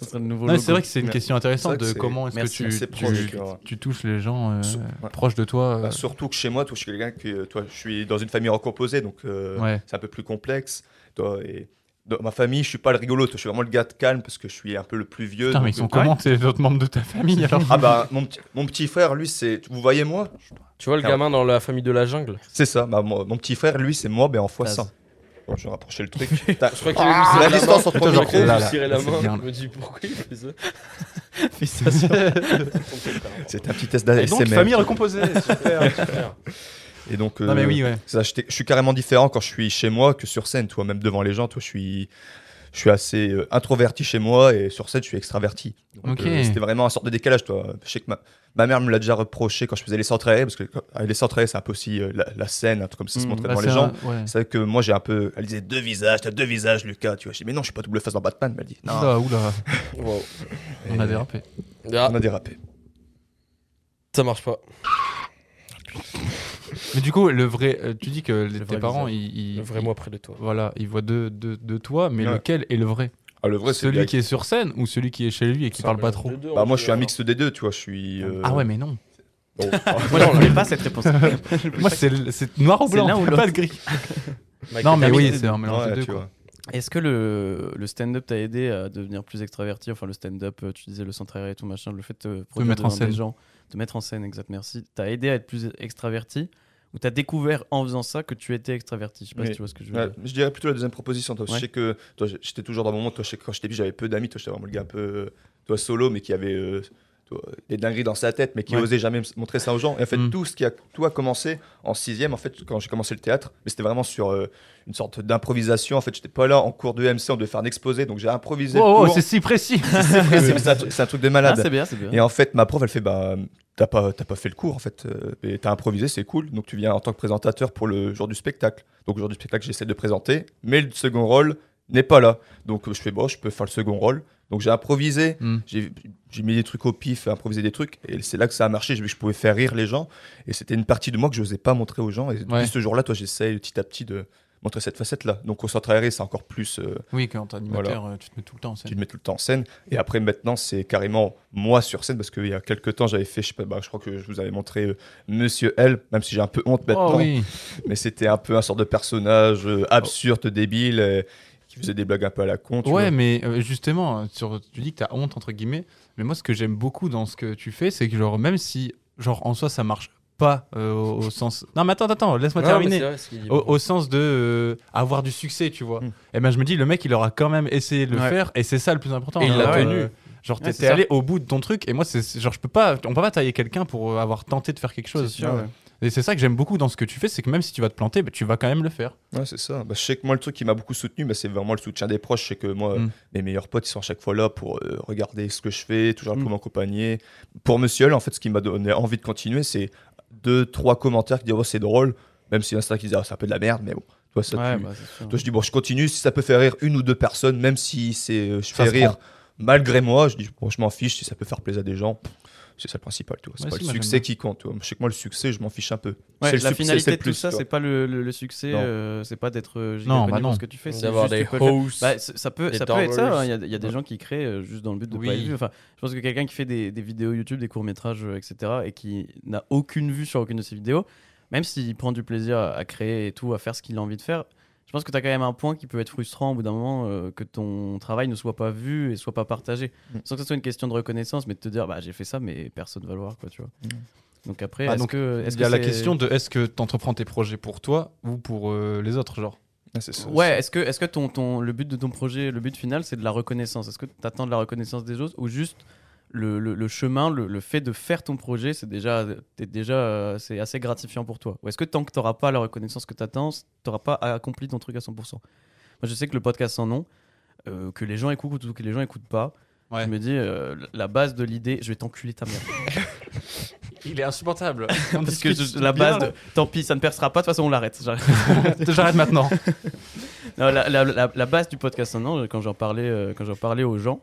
S3: Ça sera le nouveau.
S1: Non, mais
S3: logo.
S1: c'est vrai que c'est une
S6: Ouais.
S1: question
S6: C'est
S1: intéressante
S6: vrai que
S1: de
S6: c'est-
S1: comment est-ce que
S3: Merci,
S1: tu,
S6: c'est
S1: tu,
S6: proche, ouais.
S1: tu touches les gens euh,
S6: Sou- ouais.
S1: proches de toi. euh,
S6: Bah, surtout que chez moi, toi, je suis quelqu'un qui, euh, toi, je suis dans une famille recomposée, donc euh,
S1: Ouais.
S6: c'est un peu plus complexe. Toi, et dans ma famille, je suis pas le rigolo. Toi, je suis vraiment le gars de calme parce que je suis un peu le plus vieux.
S1: Putain mais
S6: donc,
S1: ils sont
S6: euh,
S1: comment tes autres membres de ta
S6: <laughs>
S1: famille alors
S6: Ah bah mon petit, mon petit frère, lui, c'est. Vous voyez moi
S2: tu vois, le gamin dans la famille de la jungle.
S6: C'est ça. Bah, mon, mon petit frère, lui, c'est moi, mais en fois
S3: Taz.
S6: 100. Bon, je vais rapprocher
S1: <laughs>
S6: le truc. Ah,
S2: Je crois qu'il a
S1: Ah,
S2: lui serré
S6: la
S2: main.
S6: distance entre
S2: Je crois
S1: genre,
S2: qu'il a
S1: là,
S2: lui
S1: là,
S2: serré la
S1: là, c'est
S2: main.
S1: bien,
S2: Je me dis pourquoi il fait ça.
S6: C'est un petit
S1: <laughs>
S6: test
S1: Et
S6: d'ASMR.
S1: donc famille
S6: <laughs>
S1: recomposée. super.
S6: Et donc,
S1: non mais
S6: euh,
S1: oui ouais.
S6: ça, je, t'ai- je suis carrément différent quand je suis chez moi que sur scène, toi, même devant les gens, toi, je suis, je suis assez euh, introverti chez moi et sur scène, je suis extraverti. Donc,
S1: Ok.
S6: euh, C'était vraiment un sorte de décalage, toi. Je sais que ma, ma mère me l'a déjà reproché quand je faisais les centres aérés, parce que quand- ah, les centres aérés, c'est un peu aussi euh, la, la scène, un truc comme ça, se
S3: Mhm.
S6: montrer
S1: Bah,
S6: devant
S1: c'est
S6: les gens.
S1: un- ouais.
S6: C'est vrai que moi, j'ai un peu. Elle disait deux visages, t'as deux visages, Lucas, tu vois. Je dis, mais non, je suis pas double face dans Batman, elle dit. Non,
S1: Oula oula.
S2: Wow.
S1: On a dérapé.
S2: Ah,
S6: on a dérapé.
S2: ça marche pas.
S1: Mais du coup, le vrai, euh, tu dis que les-
S3: Le vrai
S1: tes parents,
S3: visage.
S1: ils, ils-
S2: Le vrai moi près de toi.
S1: voilà, ils voient deux, deux, deux toi, mais
S6: Ouais.
S1: lequel est le vrai
S6: Ah, le vrai, c'est
S1: Celui
S6: le-
S1: qui est sur scène ou celui qui est chez lui et qui parle pas trop
S6: Bah, moi, je
S1: hein.
S6: suis un mix des deux, tu vois. Je suis. euh,
S1: Ah ouais, mais non.
S6: bon.
S1: <laughs>
S3: Moi, je voulais pas cette réponse.
S1: Moi, c'est le- c'est noir ou
S3: C'est
S1: blanc,
S3: l'un ou
S1: <laughs> pas de gris. Non, mais oui, c'est un mélange
S6: Ouais,
S1: des deux.
S6: tu
S1: quoi.
S6: vois.
S3: Est-ce que le, le stand-up t'a aidé à devenir plus extraverti Enfin, le stand-up, euh, tu disais le centre aéré et tout machin, le fait de te produire
S1: mettre en
S3: devant des
S1: scène.
S3: gens, de mettre en scène, exact, merci. T'as aidé à être plus extraverti ou t'as découvert en faisant ça que tu étais extraverti Je sais pas
S6: Oui.
S3: si tu vois ce que je veux
S6: Ouais,
S3: dire.
S6: je dirais plutôt la deuxième proposition. Toi.
S3: Ouais.
S6: Je sais que toi, j- j'étais toujours dans mon monde. Toi, je sais que quand j'étais petit, j'avais peu d'amis. Toi, j'étais vraiment le gars un peu euh, toi, solo, mais qui avait euh, toi, des dingueries dans sa tête, mais qui
S1: Ouais.
S6: osait jamais s- montrer ça aux gens. Et en fait,
S1: Mm.
S6: tout ce qui a tout a commencé en sixième. En fait, quand j'ai commencé le théâtre, mais c'était vraiment sur euh, une sorte d'improvisation. En fait, j'étais pas là en cours de MC. On devait faire une exposé, donc j'ai improvisé. le
S1: Oh, oh,
S6: cours.
S1: c'est si précis.
S6: <laughs> C'est- c'est- c'est un truc- c'est un truc de
S3: Ah,
S6: malade.
S3: c'est bien, c'est bien.
S6: Et en fait, ma prof, elle fait bah, t'as pas, t'as pas fait le cours, en fait, euh, et t'as improvisé, c'est cool. Donc tu viens en tant que présentateur pour le jour du spectacle. Donc le jour du spectacle, j'essaie de présenter, mais le second rôle n'est pas là. Donc je fais bon, je peux faire le second rôle. Donc j'ai improvisé,
S3: Hmm.
S1: Mm.
S6: j'ai j'ai mis des trucs au pif, improvisé des trucs, et c'est là que ça a marché. J'ai vu que je pouvais faire rire les gens, et c'était une partie de moi que je n'osais pas montrer aux gens. Et depuis
S1: Ouais.
S6: ce jour-là, toi, j'essaye petit à petit de montrer cette facette-là. Donc au centre aéré, c'est encore plus. euh,
S1: <laughs> Oui, quand t'es animateur, euh, tu te mets tout le temps en
S6: tu
S1: scène.
S6: le mets tout le temps en scène. Et après, maintenant, c'est carrément moi sur scène, parce qu'il y a quelques temps, j'avais fait, je, sais pas, bah, je crois que je vous avais montré euh, Monsieur L, même si j'ai un peu honte maintenant,
S1: Oh oui. Oh.
S6: mais c'était un peu un sort de personnage euh, absurde, débile, euh, qui faisait des blagues un peu à la con. tu
S1: Ouais,
S6: vois.
S1: mais euh, justement, sur, tu dis que t'as honte, entre guillemets. Mais moi, ce que j'aime beaucoup dans ce que tu fais, c'est que, genre, même si, genre, en soi, ça marche pas euh, au, au sens. Non, mais attends, attends, laisse-moi terminer. au, au sens de euh, avoir du succès, tu vois.
S6: Mm.
S1: Et ben je me dis, le mec, il aura quand même essayé de le
S3: Hmm. Ouais.
S1: faire, et c'est ça le plus important.
S2: Et il
S1: Genre,
S2: l'a
S1: euh,
S2: tenu.
S1: Genre,
S3: Ouais,
S1: t'es-
S3: c'est
S1: t'es
S3: ça.
S1: allé au bout de ton truc, et moi, c'est c'est- genre, je peux pas, on peut pas tailler quelqu'un pour euh, avoir tenté de faire quelque chose.
S3: sûr, ouais.
S1: Et c'est ça que j'aime beaucoup dans ce que tu fais, c'est que même si tu vas te planter, bah, tu vas quand même le faire.
S6: Ouais, c'est ça. Bah, je sais que moi, le truc qui m'a beaucoup soutenu, bah, c'est vraiment le soutien des proches. Je sais que moi, euh,
S1: Mm.
S6: mes meilleurs potes, ils sont à chaque fois là pour euh, regarder ce que je fais, toujours là pour
S3: Mm.
S6: m'accompagner. Pour Monsieur L, en fait, ce qui m'a donné envie de continuer, c'est deux, trois commentaires qui disent oh, c'est drôle, même si y en a certains qui disent ah, c'est un peu de la merde, mais bon. Toi, ça,
S3: Ouais,
S6: tu-
S3: bah, c'est sûr.
S6: Toi, je dis, bon, je continue. Si ça peut faire rire une ou deux personnes, même si c'est, euh, je
S1: Ça
S6: fais
S1: se
S6: rire malgré moi, je dis, bon, je m'en fiche. Si ça peut faire plaisir à des gens, pff, c'est ça le principal. tu vois. C'est
S1: Ouais,
S6: pas
S1: si,
S6: le
S1: moi, j'aime
S6: succès
S1: bien.
S6: qui compte. tu vois. Je sais que moi, le succès, je m'en fiche un peu.
S3: Ouais,
S6: c'est le
S3: la
S6: succès, c'est
S3: finalité
S6: le
S3: de tout
S6: plus,
S3: ça,
S6: tu vois.
S3: c'est pas le, le- le succès,
S6: Non.
S3: euh, c'est pas d'être euh, giga
S1: Non,
S3: connu
S1: bah
S3: pour
S1: non.
S3: ce que tu fais, c'est
S2: D'avoir
S3: juste
S2: des
S3: tu peux faire-
S2: hosts.
S3: Bah, c- ça peut,
S2: Des
S3: ça peut être ça.
S2: torrents.
S3: hein. Il y a, il y a des gens qui créent euh, juste dans le but de pas
S1: Oui.
S3: être vus. Enfin, je pense que quelqu'un qui fait des, des vidéos YouTube, des courts métrages, etc., et qui n'a aucune vue sur aucune de ses vidéos, même s'il prend du plaisir à, à créer et tout, à faire ce qu'il a envie de faire, je pense que tu as quand même un point qui peut être frustrant au bout d'un moment euh, que ton travail ne soit pas vu et soit pas partagé,
S6: Mm.
S3: sans que ce soit une question de reconnaissance, mais de te dire bah j'ai fait ça, mais personne va le voir quoi, tu vois. Donc après,
S1: Bah,
S3: est-ce
S1: donc,
S3: que est-ce
S1: Il y a
S3: que
S1: la
S3: c'est-
S1: question de est-ce que t'entreprends tes projets pour toi ou pour euh, les autres, genre.
S6: Ouais, c'est ça,
S3: Ouais, est-ce que, est que ton, ton, le but de ton projet, le but final, c'est de la reconnaissance Est-ce que tu attends de la reconnaissance des autres ou juste le, le- le chemin, le, le fait de faire ton projet, c'est déjà, t'es déjà euh, c'est assez gratifiant pour toi Ou est-ce que tant que tu n'auras pas la reconnaissance que tu attends, tu n'auras pas accompli ton truc à 100% Moi, je sais que le podcast sans nom, euh, que les gens écoutent ou que les gens n'écoutent pas,
S1: Ouais.
S3: je me dis, euh, la base de l'idée, je vais t'enculer ta mère.
S1: Il est insupportable.
S3: <laughs> Parce que je- la base, de- tant pis, ça ne percera pas, de toute façon, on l'arrête. J'arrête.
S1: <laughs> J'arrête
S3: <laughs>
S1: maintenant.
S3: Non, la, la- la- la base du podcast maintenant, quand j'en parlais, euh, quand j'en parlais aux gens,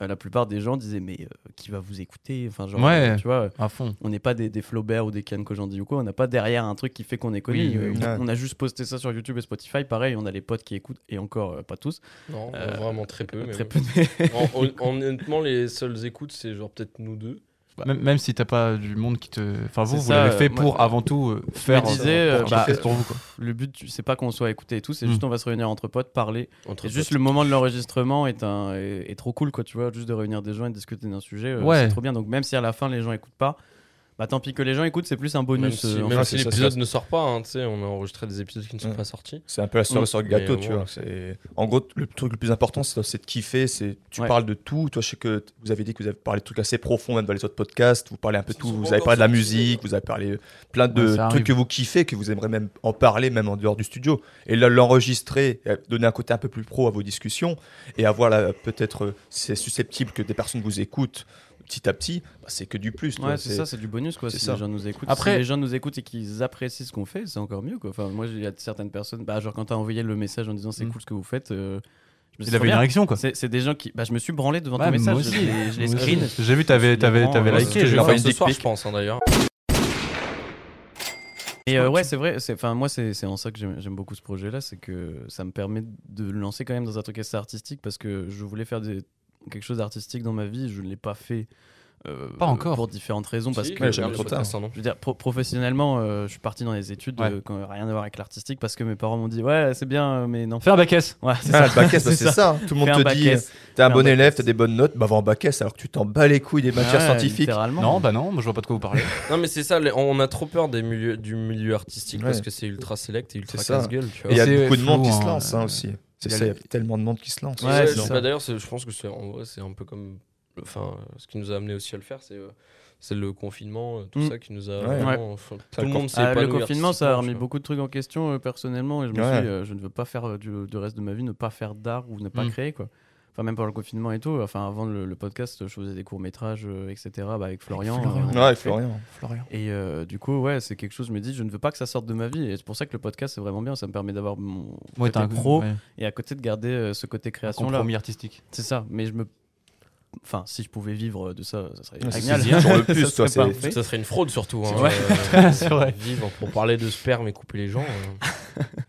S3: euh, la plupart des gens disaient mais euh, qui va vous écouter Enfin genre,
S1: Ouais.
S3: euh, tu vois,
S1: À fond.
S3: on n'est pas des, des Flaubert ou des Ken Kojandi ou quoi. On n'a pas derrière un truc qui fait qu'on est connu.
S1: Oui, oui,
S3: Euh,
S1: oui.
S3: On, on a juste posté ça sur YouTube et Spotify. Pareil, on a les potes qui écoutent et encore euh, pas tous,
S2: <laughs> Non,
S3: Euh,
S2: vraiment très peu. mais
S3: très
S2: bon.
S3: peu. de-
S2: En- hon- honnêtement, les seules écoutes, c'est genre peut-être nous deux.
S1: Même, même si t'as pas du monde qui te. Enfin, vous,
S3: Bah. C'est
S1: vous
S3: ça,
S1: l'avez fait
S3: euh, moi,
S1: pour avant tout euh, faire.
S3: disais, euh,
S1: pour-
S3: bah,
S1: pour- pour vous, quoi.
S3: le but, tu- c'est pas qu'on soit écouté et tout. C'est
S1: Mm.
S3: juste on va se réunir entre potes, parler.
S2: Entre
S3: Et juste
S2: potes.
S3: le moment de l'enregistrement est, un, est, est trop cool, quoi, tu vois, juste de réunir des gens et de discuter d'un sujet, euh,
S1: Ouais.
S3: c'est trop bien. Donc même si à la fin les gens écoutent pas, bah tant pis que les gens écoutent, c'est plus un
S2: Même
S3: bonus.
S2: si,
S3: euh, en
S2: même
S6: fait,
S2: si
S6: c'est ça,
S2: l'épisode
S6: c'est-
S2: ne sort pas, hein, tu sais, on a enregistré des épisodes qui ne sont
S6: Ouais.
S2: pas sortis.
S6: C'est un peu la cerise
S3: Mm.
S6: sur le gâteau,
S2: Mais
S6: tu
S2: bon.
S6: vois. C'est- En gros, le truc le plus important, c'est c'est de kiffer. C'est tu
S3: Ouais.
S6: parles de tout. Toi, je sais que t- vous avez dit que vous avez parlé de trucs assez profonds, même dans les autres podcasts. Vous parlez un peu tout. Vous avez parlé de la musique. Vous avez parlé plein de
S1: Ouais, ça
S6: trucs
S1: arrive.
S6: que vous kiffez, que vous aimeriez même en parler, même en dehors du studio. Et là, l'enregistrer, euh, donner un côté un peu plus pro à vos discussions et avoir la- peut-être, euh, si c'est susceptible que des personnes vous écoutent petit à petit. bah, c'est que du plus. tu vois.
S3: Ouais, c'est ça, c'est du bonus quoi.
S6: c'est
S3: Si
S6: ça.
S3: les gens nous écoutent,
S1: Après-
S3: si les gens nous écoutent et qu'ils apprécient ce qu'on fait, c'est encore mieux quoi. Enfin, moi, il y a certaines personnes, bah, genre quand t'as envoyé le message en disant c'est
S1: Mm.
S3: cool ce que vous faites, euh, je me suis
S1: Il
S3: dit,
S1: avait une
S3: trop bien.
S1: réaction, quoi.
S3: C'est c'est des gens qui, bah, je me suis branlé devant
S1: Ouais,
S3: ton
S1: moi
S3: message.
S1: aussi.
S3: Je les, je les
S1: Moi
S3: screen.
S1: aussi. J'ai vu, t'avais,
S3: Je
S1: t'avais,
S3: prends,
S1: t'avais
S3: euh,
S1: liké.
S2: je
S1: je
S2: vais
S6: leur
S1: crois.
S2: leur faire
S6: fais une
S2: ce
S6: dick
S2: soir,
S6: pic.
S2: je pense, hein, d'ailleurs.
S3: Et euh, ouais, c'est vrai. c'est- Enfin, moi, c'est c'est en ça que j'aime j'aime beaucoup ce projet-là, c'est que ça me permet de le lancer quand même dans un truc assez artistique parce que je voulais faire des- quelque chose d'artistique dans ma vie, je ne l'ai pas fait. euh,
S1: Pas encore.
S3: Pour différentes raisons, parce
S2: Si,
S3: que
S6: ouais, jamais
S2: le
S6: trop tard.
S2: podcast, hein, non.
S3: je veux dire, pro- professionnellement, euh, je suis parti dans les études,
S1: Ouais.
S3: euh, quand- rien à voir avec l'artistique, parce que mes parents m'ont dit ouais, c'est bien, euh, mais non.
S1: Fais un bac S.
S3: Ouais, <laughs> c'est
S6: Ah, le
S3: ça.
S6: bac S, bah, c'est ça. Tout le
S3: Fais un
S6: monde te
S3: bac
S6: dit,
S3: S.
S6: t'es un
S3: Fais un
S6: bon
S3: bac
S6: élève,
S3: S.
S6: t'as des bonnes notes, bah va en bac S alors que tu t'en bats les couilles des matières
S3: Ouais,
S6: scientifiques.
S3: littéralement.
S1: Non, bah non, moi, je vois pas de quoi vous parlez.
S2: Non, mais c'est ça, les- on a trop peur des milieux, du milieu artistique
S6: Ouais.
S2: parce que c'est ultra select et ultra
S6: C'est ça.
S2: casse-gueule, tu
S6: Et Il y
S2: vois.
S6: a
S1: C'est
S6: beaucoup de monde qui
S1: flou,
S6: se
S1: hein,
S6: lance hein,
S1: euh,
S6: aussi. C'est
S1: il y a
S6: ça, il y a
S1: les-
S6: tellement de monde qui se lance.
S3: Ouais,
S2: Ouais,
S3: c'est
S2: c'est-
S3: ça.
S2: bah, D'ailleurs, c'est- je pense que c'est en vrai, c'est un peu comme. Enfin, euh, ce qui nous a amené aussi à le faire, c'est euh, c'est le confinement, euh, tout
S3: Mm.
S2: ça qui nous a.
S6: Ouais.
S2: vraiment, enfin, tout
S6: Ça,
S2: le
S6: le
S2: monde s'est
S3: Ah, le
S2: épanoui
S3: confinement, ça a
S2: artistiquement,
S3: remis
S2: tu vois.
S3: beaucoup de trucs en question euh, personnellement, et je me
S6: Ouais.
S3: suis dit, euh, je ne veux pas faire euh, du, du reste de ma vie, ne pas faire d'art ou ne pas
S1: Mm.
S3: créer, quoi. Enfin, même pendant le confinement et tout. Enfin, avant le, le podcast, je faisais des courts-métrages, euh, etc., bah, avec Florian.
S1: Florian.
S3: euh, on
S6: Ouais,
S3: a
S6: ouais,
S3: fait.
S6: Florian.
S3: Et euh, du coup, ouais, c'est quelque chose, je me dis, je ne veux pas que ça sorte de ma vie. Et c'est pour ça que le podcast, c'est vraiment bien. Ça me permet d'avoir mon
S1: Moi,
S3: côté
S1: t'es un
S3: pro
S1: ouais,
S3: et à côté de garder euh, ce côté création-là.
S1: compromis artistique.
S3: C'est ça, mais je me Enfin, si je pouvais vivre de ça, ça serait
S6: Ah, c'est
S3: génial. <laughs>
S6: plaisir. J'aurais pu,
S3: Ça
S6: toi,
S3: serait
S6: c'est-
S3: parfait.
S2: Ça serait une fraude surtout. Hein,
S1: Ouais.
S2: euh,
S1: C'est vrai.
S2: Vivre pour parler de sperme et couper les gens. euh.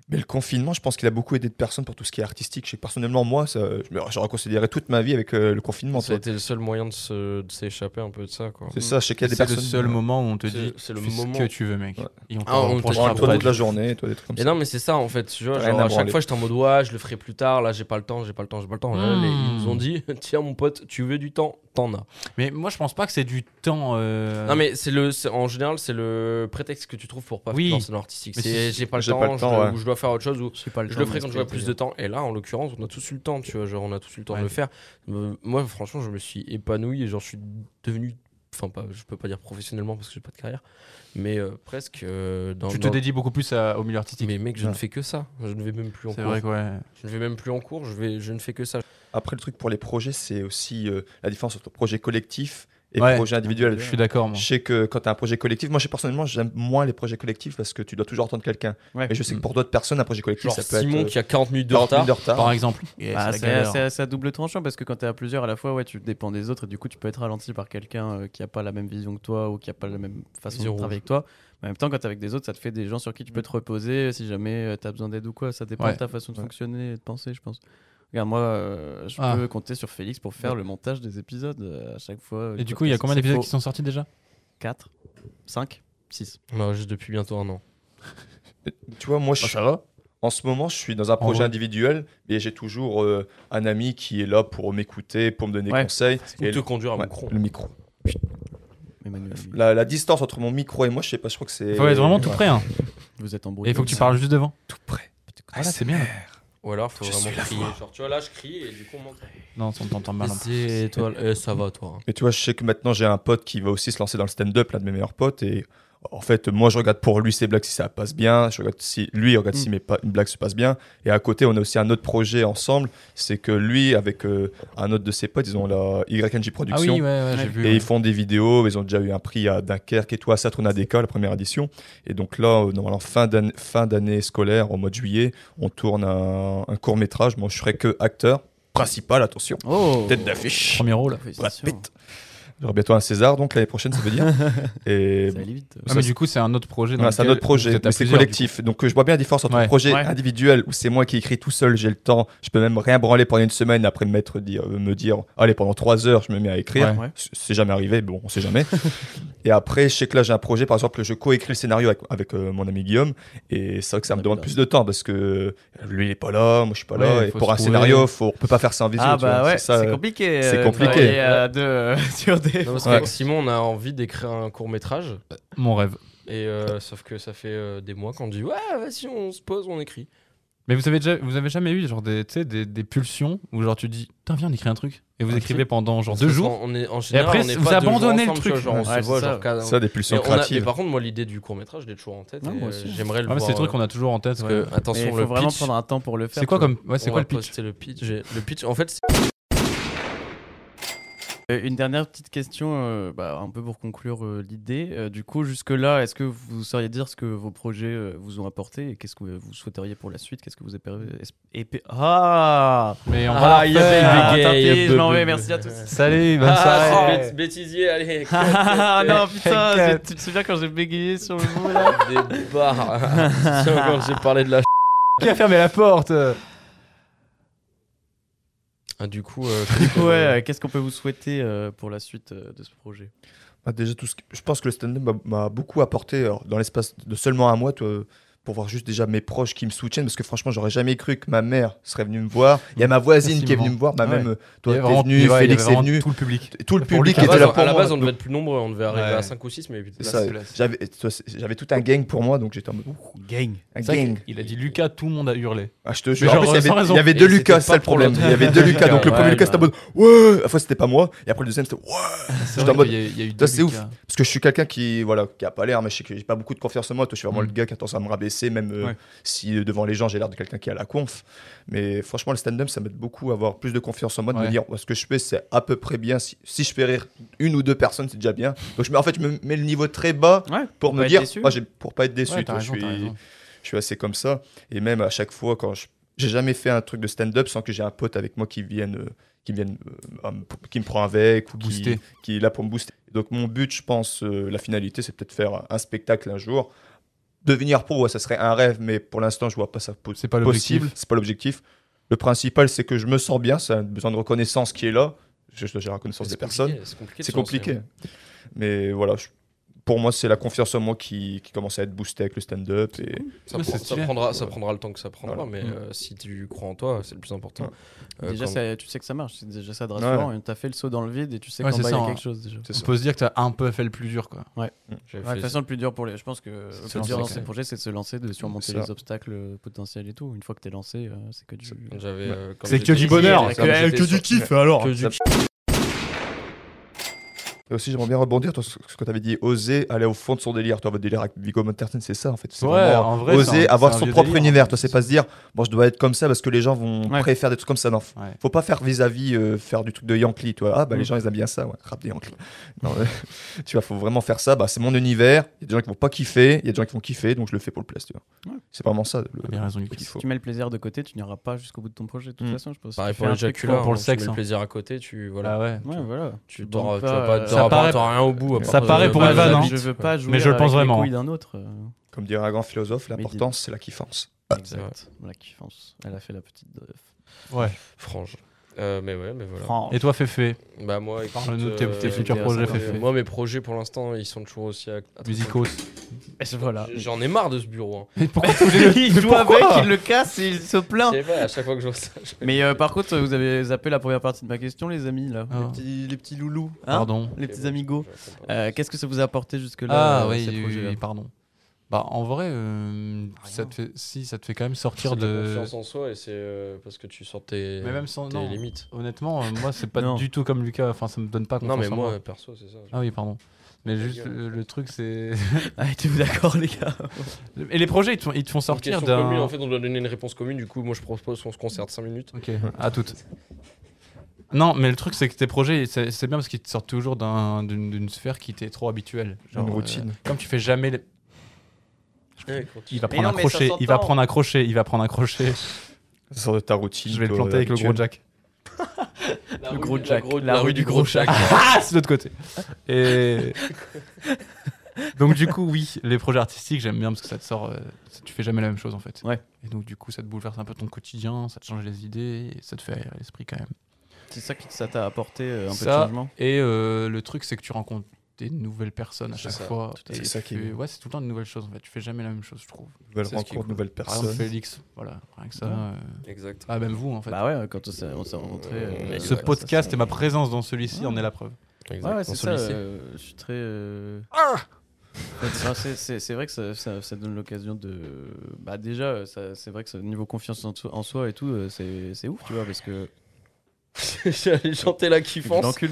S6: Mais le confinement, je pense qu'il a beaucoup aidé de personnes pour tout ce qui est artistique. Je sais que personnellement, moi, ça, je me- j'aurais considéré toute ma vie avec euh, le confinement.
S2: Ça a
S6: toi.
S2: été le seul moyen de se- de s'échapper un peu de ça. Quoi.
S6: C'est ça, je sais qu'il y a des
S1: C'est le
S6: personnes.
S1: seul moment où on te
S2: C'est-
S1: dit
S2: c'est le
S1: fais ce
S2: moment.
S1: que tu veux, mec.
S6: Ouais.
S1: Et on
S2: Ah, on
S1: t'en
S2: te
S1: reprochera
S2: prend
S6: Toi,
S2: pas
S1: pas
S6: toi,
S2: du
S6: de la
S1: du-
S6: journée, toi, des trucs comme
S2: Et
S6: ça.
S2: non, mais c'est ça en fait. Tu vois,
S6: Rien
S2: genre, à
S6: à
S2: chaque
S6: branler.
S2: fois, j'étais en mode ouais, je le ferai plus tard. Là, j'ai pas le temps, j'ai pas le temps, j'ai pas le temps. Et là, les- ils nous ont
S1: Hmm.
S2: dit <laughs> tiens, mon pote, tu veux du temps, t'en as.
S1: Mais moi, je pense pas que c'est du temps. euh,
S2: Non, mais c'est le, c'est- en général, c'est le prétexte que tu trouves pour pas
S1: Oui.
S2: faire l'enseignant artistique.
S1: Mais
S2: C'est
S1: si-
S2: j'ai pas le
S6: j'ai
S2: temps,
S6: pas le
S2: je
S6: temps,
S2: dois-
S6: ouais.
S2: ou je dois faire autre chose, ou
S3: Je sais pas
S2: je
S3: temps,
S2: le ferai
S3: mais
S2: quand
S3: c'est
S2: j'aurai
S3: pas
S2: plus de temps.
S3: terrible.
S2: Et là, en l'occurrence, on a tous eu le temps, tu vois. Genre, on a tous eu le temps de
S1: Ouais.
S2: le faire. Euh, moi, franchement, je me suis épanoui et genre, je suis devenu. Enfin, pas, je peux pas dire professionnellement parce que j'ai pas de carrière, mais euh, presque. euh, dans,
S1: Tu te
S2: dans-
S1: dédies beaucoup plus à- au milieu artistique.
S2: Mais mec, je ne
S6: Ouais.
S2: fais que ça. Je ne vais même plus en
S1: C'est
S2: cours.
S1: vrai, quoi. ouais.
S2: Je ne vais même plus en cours. Je, vais, je ne fais que ça.
S6: Après, le truc pour les projets, c'est aussi euh, la différence entre projet collectif et
S1: Ouais.
S6: projet individuel.
S1: Je suis d'accord, moi.
S6: Je sais que quand tu as un projet collectif, moi je sais personnellement, j'aime moins les projets collectifs parce que tu dois toujours attendre quelqu'un.
S3: Ouais.
S6: Et je sais que pour d'autres personnes, un projet collectif,
S2: Genre
S6: ça peut
S2: Simon
S6: être. euh,
S2: qui a 40 minutes de
S6: 40
S2: retard.
S6: minutes de retard.
S1: Par exemple. Et
S3: Bah,
S1: c'est
S3: c'est
S1: la galère.
S3: c'est assez à double tranchant parce que quand t'es à plusieurs à la fois, ouais, tu dépends des autres et du coup, tu peux être ralenti par quelqu'un euh, qui a pas la même vision que toi ou qui a pas la même façon
S2: Vision
S3: de travailler que toi. Mais en même temps, quand t'es avec des autres, ça te fait des gens sur qui tu peux te reposer euh, si jamais euh, t'as besoin d'aide ou quoi. Ça dépend
S1: Ouais.
S3: de ta façon de
S6: Ouais.
S3: fonctionner et de penser, je pense. Regarde, moi, euh, je
S1: Ah.
S3: peux compter sur Félix pour faire le montage des épisodes euh, à chaque fois.
S1: Et du coup, il y a combien d'épisodes qui sont sortis déjà
S3: 4, 5, 6.
S2: On enregistre Bah, depuis bientôt un an.
S6: Tu vois, moi je suis-
S1: Ça va
S6: en ce moment, je suis dans un projet
S1: vrai.
S6: individuel et j'ai toujours euh, un ami qui est là pour m'écouter, pour me donner
S3: Ouais.
S6: conseil.
S2: Ou
S6: Et
S2: te conduire à
S6: Ouais,
S2: Macron.
S6: le micro.
S3: Emmanuel,
S6: La, la distance entre mon micro et moi, je sais pas, je crois que c'est.
S1: Faut être vraiment tout
S6: Ouais.
S1: près. hein.
S3: vous êtes
S1: Et
S3: embrouillé.
S1: il faut que tu parles juste devant.
S6: Tout près.
S1: Ah, c'est bien.
S2: Ou alors, faut
S6: Je
S2: vraiment
S6: suis la
S2: crier.
S6: voix.
S2: Genre, tu vois, là, je crie et du coup, on m'entend.
S1: Bah, Non, on t'entend mal.
S2: Et toi, eh, ça va, toi.
S6: Et tu vois, je sais que maintenant j'ai un pote qui va aussi se lancer dans le stand-up, l'un de mes meilleurs potes. Et en fait, moi je regarde pour lui ses blagues si ça passe bien. Je regarde si lui il
S1: Mm.
S6: regarde si mes pa- blagues se passent bien. Et à côté, on a aussi un autre projet ensemble. C'est que lui, avec euh, un autre de ses potes, ils ont la YNJ
S1: Ah oui,
S6: Production.
S1: ouais, ouais, j'ai
S3: Ouais.
S1: vu.
S6: Et
S1: ouais.
S6: ils font des vidéos, ils ont déjà eu un prix à Dunkerque et tout, à Saturnadeka, la première édition. Et donc là, euh, normalement, fin d'année, fin d'année scolaire, au mois de juillet, on tourne un, un court-métrage. Moi, je serai que acteur principal, attention.
S3: Oh
S6: Tête d'affiche.
S1: Premier rôle.
S6: Brad
S3: Félicitations.
S6: Pitt. J'aurai bientôt un César, donc l'année prochaine, ça
S1: <laughs>
S6: veut dire. et
S3: Ça allait vite.
S1: Ah, mais du coup, c'est un autre projet. dans
S6: voilà, c'est un
S1: lequel
S6: autre
S1: vous
S6: projet,
S1: êtes à
S6: mais c'est
S1: euh, plusieurs, du
S6: collectif. Donc euh, je vois bien la différence entre
S1: Ouais.
S6: un projet
S3: Ouais.
S6: individuel où c'est moi qui écris tout seul, j'ai le temps, je peux même rien branler pendant une semaine après me mettre dire, euh, me dire allez pendant trois heures je me mets à écrire.
S3: Ouais.
S6: C- C'est jamais arrivé, bon on sait
S1: <laughs>
S6: jamais. et après je sais que là j'ai un projet par exemple je coécris le scénario avec, avec, euh, mon ami Guillaume et c'est vrai que ça me
S3: Ouais,
S6: demande
S3: là.
S6: plus de temps parce que euh, lui il est pas là, moi je suis pas là
S1: Ouais,
S6: et
S1: faut
S6: pour
S1: se
S6: un
S1: trouver.
S6: scénario faut, on peut pas faire ça en visio.
S3: Ah
S6: tu vois,
S3: bah ouais,
S6: c'est ça,
S3: c'est
S6: euh,
S3: compliqué.
S6: c'est
S3: euh,
S6: compliqué.
S3: travailler à deux, euh, <laughs> sur des-
S2: Non, parce
S6: Ouais.
S2: qu'avec Simon, on a envie d'écrire un court métrage.
S1: coup. Mon rêve.
S2: Et euh, sauf que ça fait euh, des mois qu'on dit ouais, vas-y, on se pose, on écrit.
S1: Mais vous avez, déjà, vous avez jamais eu genre des, tu sais, des, des pulsions où genre tu dis, putain, viens, on écrit un truc. Et vous
S2: Ah,
S1: écrivez
S2: si.
S1: pendant genre
S2: Parce
S1: deux
S2: que
S1: jours.
S2: On est, en général,
S1: après,
S2: on est
S1: vous
S2: pas deux jours
S1: abandonnez le
S2: ensemble, tu
S1: truc.
S2: vois, genre, on
S3: Ouais,
S2: se voit,
S3: c'est
S2: genre,
S3: ça.
S2: cada-
S6: ça des pulsions
S2: Mais on a- mais
S6: créatives.
S2: par contre, moi, l'idée du court métrage, je l'ai toujours en tête.
S3: Non,
S2: et,
S3: moi
S2: euh,
S3: aussi.
S2: J'aimerais le
S1: Ah, mais
S2: voir.
S1: c'est des trucs
S2: euh,
S1: qu'on a toujours en tête. parce que-
S2: euh, Attention,
S3: Mais il
S2: le
S3: faut vraiment
S2: pitch.
S3: prendre un temps pour le faire.
S1: C'est quoi
S3: tu vois.
S1: comme. Ouais, Ah, c'est
S2: on
S1: quoi
S2: va
S1: le pitch
S2: poster le pitch. J'ai- Le pitch, en fait, c'est-
S3: Euh, Une dernière petite question, euh, bah, un peu pour conclure euh, l'idée. Euh, du coup, jusque-là, est-ce que vous sauriez dire ce que vos projets euh, vous ont apporté et qu'est-ce que vous souhaiteriez pour la suite Qu'est-ce que vous espérez espé- Ah
S1: Mais on
S3: Ah,
S1: va.
S3: il
S1: le
S3: y a
S1: refaire.
S3: baby
S1: Ah,
S3: gay,
S1: tant pis,
S3: il y a
S1: je m'en
S3: bebe.
S1: vais,
S3: merci à tous.
S1: Salut, bonne
S2: Ah,
S1: soirée.
S2: c'est bête- bêtisier, allez.
S3: Ah <laughs> non, putain,
S1: Hey,
S3: j'ai-
S1: Kat.
S3: tu te souviens quand j'ai bégayé sur le mot là
S2: Des
S1: <laughs>
S2: barres. C'est encore que j'ai parlé de la.
S1: Qui a fermé la porte
S2: Ah, du coup, euh,
S3: Du coup, <laughs> ouais, euh, qu'est-ce qu'on peut vous souhaiter euh, pour la suite euh, de ce projet
S6: Bah, déjà, tout ce que- je pense que le stand-up m'a- m'a beaucoup apporté alors, dans l'espace de seulement un mois, toi, pour voir juste déjà mes proches qui me soutiennent, parce que franchement, j'aurais jamais cru que ma mère serait venue me voir.
S1: <laughs>
S6: Il y a ma voisine
S1: Merci,
S6: qui est
S1: maman.
S6: venue me voir, ma
S1: Ouais.
S6: même.
S1: Il
S6: euh, Toi,
S1: y
S6: t'es
S1: avait vraiment-
S6: venu,
S1: ouais, il y
S6: Félix
S1: avait
S6: est
S1: vraiment
S6: venu,
S1: Tout le public.
S6: tout le
S1: Pour lui,
S6: public
S1: à
S6: était
S1: la
S6: là
S1: base,
S6: pour
S2: à la
S6: moi.
S2: base, on devait
S6: Donc,
S2: être plus nombreux, on devait arriver
S1: Ouais.
S2: à 5 ou 6, mais putain,
S6: c'est ça.
S1: place.
S6: J'avais toi, c'est- j'avais tout un gang pour moi, donc j'étais en mode. ouh,
S3: Gang.
S6: Un
S1: C'est vrai
S6: gang.
S1: qu'il- Il a dit Lucas, tout le monde a hurlé.
S6: Ah, je te jure. En
S1: genre,
S6: plus, il y
S1: sans
S6: avait-
S1: raison.
S6: il y avait
S2: Et
S6: deux
S2: c'était
S6: Lucas,
S2: pas
S6: c'est le
S2: pour
S6: problème.
S2: l'autre.
S6: Il y avait deux Lucas, donc le
S3: Ouais,
S6: premier
S3: bah.
S6: Lucas, c'était en mode Ouais La fois, c'était pas moi. Et après, le deuxième, c'était Ouais J'étais en mode
S1: Il y a- il y a eu
S6: Toi,
S1: deux
S6: c'est ouf.
S1: Lucas.
S6: Parce que je suis quelqu'un qui, voilà, qui a pas l'air, mais je sais que j'ai pas beaucoup de confiance en moi. Toi, je suis vraiment
S1: Mm.
S6: le gars qui a tendance à me rabaisser, même euh,
S1: Ouais.
S6: si euh, devant les gens, j'ai l'air de quelqu'un qui est à la conf. Mais franchement, le stand-up, ça m'aide beaucoup à avoir plus de confiance en moi, de
S1: Ouais.
S6: me dire, ouais, ce que je fais, c'est à peu près bien. Si, si je fais rire une ou deux personnes, c'est déjà bien. Donc, je mets, en fait, je me mets le niveau très bas
S3: Ouais,
S6: pour,
S3: pas
S6: me
S3: être
S6: dire,
S3: déçu.
S6: moi, j'ai- pour pas être déçu.
S1: Ouais,
S6: tu
S1: t'as
S6: vois,
S1: raison,
S6: je
S1: t'as
S6: suis
S1: raison.
S6: je suis assez comme ça. Et même à chaque fois, quand je J'ai jamais fait un truc de stand-up sans que j'ai un pote avec moi qui vienne, euh, qui vienne, euh, me- qui me prend avec ou qui-
S1: Booster.
S6: qui est là pour me booster. Donc mon but, je pense, euh, la finalité, c'est peut-être faire un spectacle un jour. Devenir pro, ouais, ça serait un rêve, mais pour l'instant, je vois pas ça po-
S1: C'est pas l'objectif.
S6: possible. C'est pas l'objectif. Le principal, c'est que je me sens bien. C'est un besoin de reconnaissance qui est là. Je- J'ai la reconnaissance des personnes.
S2: C'est compliqué. de
S6: C'est
S2: se lancer,
S6: compliqué.
S2: hein.
S6: Mais voilà, je- pour moi, c'est la confiance en moi qui, qui commence à être boostée avec le stand-up.
S2: Ça,
S6: Et...
S1: Ouais,
S2: prend-
S1: c'est
S2: ça
S1: stylé. Mm.
S2: prendra, ça prendra le temps que ça prendra,
S6: Voilà.
S2: mais euh, si tu crois en toi, c'est le plus important. Euh,
S3: Déjà,
S2: quand-
S3: ça- tu sais que ça marche, c'est déjà ça de
S6: Ouais.
S3: rassurant. et T'as fait le saut dans le vide et tu sais
S1: Ouais,
S3: qu'en
S1: c'est
S3: bas, il y
S1: ça,
S3: a
S1: hein.
S3: quelque chose déjà.
S6: C'est
S1: On
S6: ça.
S1: peut se dire que t'as un peu fait le plus dur, quoi.
S2: j'avais
S3: Ouais, de
S2: fait-
S3: toute façon, le plus dur pour les. Je pense que le
S6: se
S3: plus dur
S6: lancer,
S3: dans ces
S6: ouais.
S3: projets, c'est de se lancer, de surmonter
S6: ça.
S3: les obstacles euh, potentiels et tout. Une fois que t'es lancé, euh, c'est que du.
S2: j'avais,
S6: Ouais.
S2: euh, quand
S1: C'est que
S2: j'étais
S1: du
S2: petit,
S1: bonheur,
S2: j'étais-
S1: que-
S3: Eh,
S2: j'étais
S1: que du
S2: sur-
S1: kiff, alors.
S2: que du
S6: Et aussi, j'aimerais bien rebondir sur ce que tu avais dit, oser aller au fond de son délire. Toi, votre délire avec Vigo Mortensen, c'est ça en fait. C'est
S1: Ouais,
S6: vraiment
S1: en vrai,
S6: oser
S1: c'est un-
S6: avoir
S1: c'est un
S6: son
S1: vieux
S6: propre
S1: délire,
S6: univers.
S1: hein.
S6: Toi, c'est pas se dire, bon, je dois être comme ça parce que les gens vont
S3: Ouais.
S6: préférer des trucs comme ça. Non, f-
S1: Ouais.
S6: faut pas faire vis-à-vis, euh, faire du truc de Yankee. Toi, ah, bah les
S3: Mm.
S6: gens, ils aiment bien ça, ouais, rap des Yankee. Non, euh, <laughs> tu vois, faut vraiment faire ça. Bah, c'est mon univers. Il y a des gens qui vont pas kiffer, il y a des gens qui vont kiffer, donc je le fais pour le plaisir. tu vois.
S3: Ouais.
S6: C'est vraiment ça. le-
S1: Il a raison,
S6: qu'il
S1: Lucas.
S6: faut.
S3: Tu mets le plaisir de côté, tu n'iras pas jusqu'au bout de ton projet, de toute
S6: Mm.
S3: façon, je pense.
S2: Pareil
S3: Tu
S2: pour
S3: fais un truc
S2: l'éjaculat,
S1: pour le
S2: hein, tu
S1: sexe,
S2: mets
S1: hein.
S2: le plaisir à côté, tu voilà,
S1: Ah ouais.
S3: Ouais, voilà.
S2: tu
S3: Donc,
S2: t'auras
S3: pas,
S2: t'auras pas,
S3: euh,
S2: t'auras
S1: ça
S2: pas-
S1: paraît-
S2: t'auras rien au bout. à
S6: Ça
S2: part euh, bah, de-
S1: paraît pour
S2: de-
S1: une vanne,
S2: de-
S1: hein.
S3: Je veux pas jouer
S1: Mais je le pense
S3: avec les
S1: vraiment,
S3: couilles d'un autre. euh,
S6: Comme dirait un grand philosophe,
S3: Mais dis-
S6: l'important, c'est la kiffance.
S3: Ah, Exact. La kiffance. Elle a fait la petite. euh,
S1: Ouais.
S2: Frange. Euh, mais ouais, mais voilà.
S3: frange.
S1: Et toi, Féfé
S2: Bah moi, écoute,
S1: Parle-nous de tes- tes futurs
S2: euh,
S1: projets,
S2: euh,
S1: Féfé.
S2: Moi, mes projets pour l'instant, ils sont toujours aussi. à- à-
S1: Musicos.
S3: Et c'est- Voilà.
S2: J- J'en ai marre de ce bureau. hein.
S1: Mais pourquoi tu
S3: <laughs>
S1: voulais- <laughs>
S3: il
S1: Mais
S3: joue
S1: pourquoi
S3: avec, il le casse et il se
S2: Je
S3: plaint.
S2: sais pas, à chaque fois que je vois ça. je-
S3: Mais euh, par contre, vous avez zappé la première partie de ma question, les amis, là.
S1: Ah.
S3: Les, petits, les petits loulous. hein,
S1: Pardon.
S3: les
S2: Ok,
S3: petits
S2: bon,
S3: amigos.
S2: je comprends.
S3: Euh, Qu'est-ce que ça vous a apporté jusque-là
S1: Ah
S3: euh,
S1: oui,
S3: ces
S1: oui,
S3: projets-là
S1: oui, pardon. Bah en vrai, euh, ça te fait, si ça te fait quand même sortir
S2: C'est la
S1: de.
S2: confiance en soi et c'est euh, parce que tu sors tes,
S1: Mais même sans-
S2: tes
S1: non.
S2: limites.
S1: Honnêtement, euh, moi c'est pas
S3: Non.
S1: du tout comme Lucas. Enfin, ça me donne pas confiance.
S2: Non, mais
S1: en
S2: moi, perso, c'est ça.
S1: Ah oui, pardon. Mais
S2: Ta
S1: juste
S2: gueule.
S1: le, le truc c'est. <laughs>
S3: Ah, Êtes-vous d'accord, les gars
S1: Et les projets, ils te font, ils te font
S2: Une
S1: sortir
S2: question commune,
S1: d'un.
S2: en fait, on doit donner une réponse commune. Du coup, moi, je propose qu'on se concerte 5 minutes.
S1: Ok. À toutes. Non, mais le truc c'est que tes projets, c'est c'est bien parce qu'ils te sortent toujours d'un- d'une d'une sphère qui t'est trop habituelle. Genre,
S6: Une
S1: euh,
S6: routine.
S1: comme tu fais jamais. les- Il va
S3: Mais
S1: prendre
S3: non,
S1: un
S3: mais ça
S1: crochet. Il va
S3: s'entend.
S1: prendre un crochet. Il va prendre un crochet.
S6: Ça sort de ta routine.
S1: Je vais le
S6: toi,
S1: planter avec le gros
S6: habituelle.
S1: jack.
S2: La
S3: Le
S2: rue-
S3: gros
S2: la
S3: Jack.
S2: gros-
S3: La rue du gros Jack.
S1: Ah, c'est de l'autre côté. Et donc du coup, oui, les projets artistiques, j'aime bien parce que ça te sort, euh, ça- tu fais jamais la même chose en fait.
S3: Ouais.
S1: Et donc du coup, ça te bouleverse un peu ton quotidien, ça te change les idées, et ça te fait aérer l'esprit quand même.
S3: C'est ça qui ça t'a apporté euh, un peu de
S1: Ça,
S3: changement
S1: Et euh, le truc, c'est que tu rencontres des nouvelles personnes à
S2: C'est
S1: chaque
S2: ça,
S1: fois.
S6: à fait.
S1: Et
S6: C'est ça
S1: tu
S6: qui est
S1: fais-
S6: bien.
S1: Ouais, c'est tout le temps une nouvelle chose en fait. Tu fais jamais la même chose, je trouve.
S6: Nouvelle
S2: C'est ce qui est cool.
S6: rencontre, nouvelle
S1: Par exemple,
S6: personne.
S1: Félix, voilà, rien que ça.
S3: Ouais.
S1: euh,
S2: Exact.
S1: Ah, même vous en fait.
S3: Bah ouais, quand on s'est on s'est rencontrés. euh,
S1: Ce
S3: ouais, ça,
S1: podcast et
S3: c'est-
S1: ma présence dans celui-ci
S3: Ouais.
S1: en est la preuve.
S2: exact.
S3: Ouais,
S2: Dans
S3: ouais, c'est
S2: ce
S3: ça.
S2: lycée.
S3: euh, je suis très. euh, Ah, c'est- c'est c'est vrai que ça, ça- ça donne l'occasion de. Bah, déjà, euh, ça- c'est vrai que ça- niveau confiance en, soi- en soi et tout, euh, c'est c'est ouf, tu vois, parce que.
S2: J'allais chanter la kiffance.
S3: L'encul.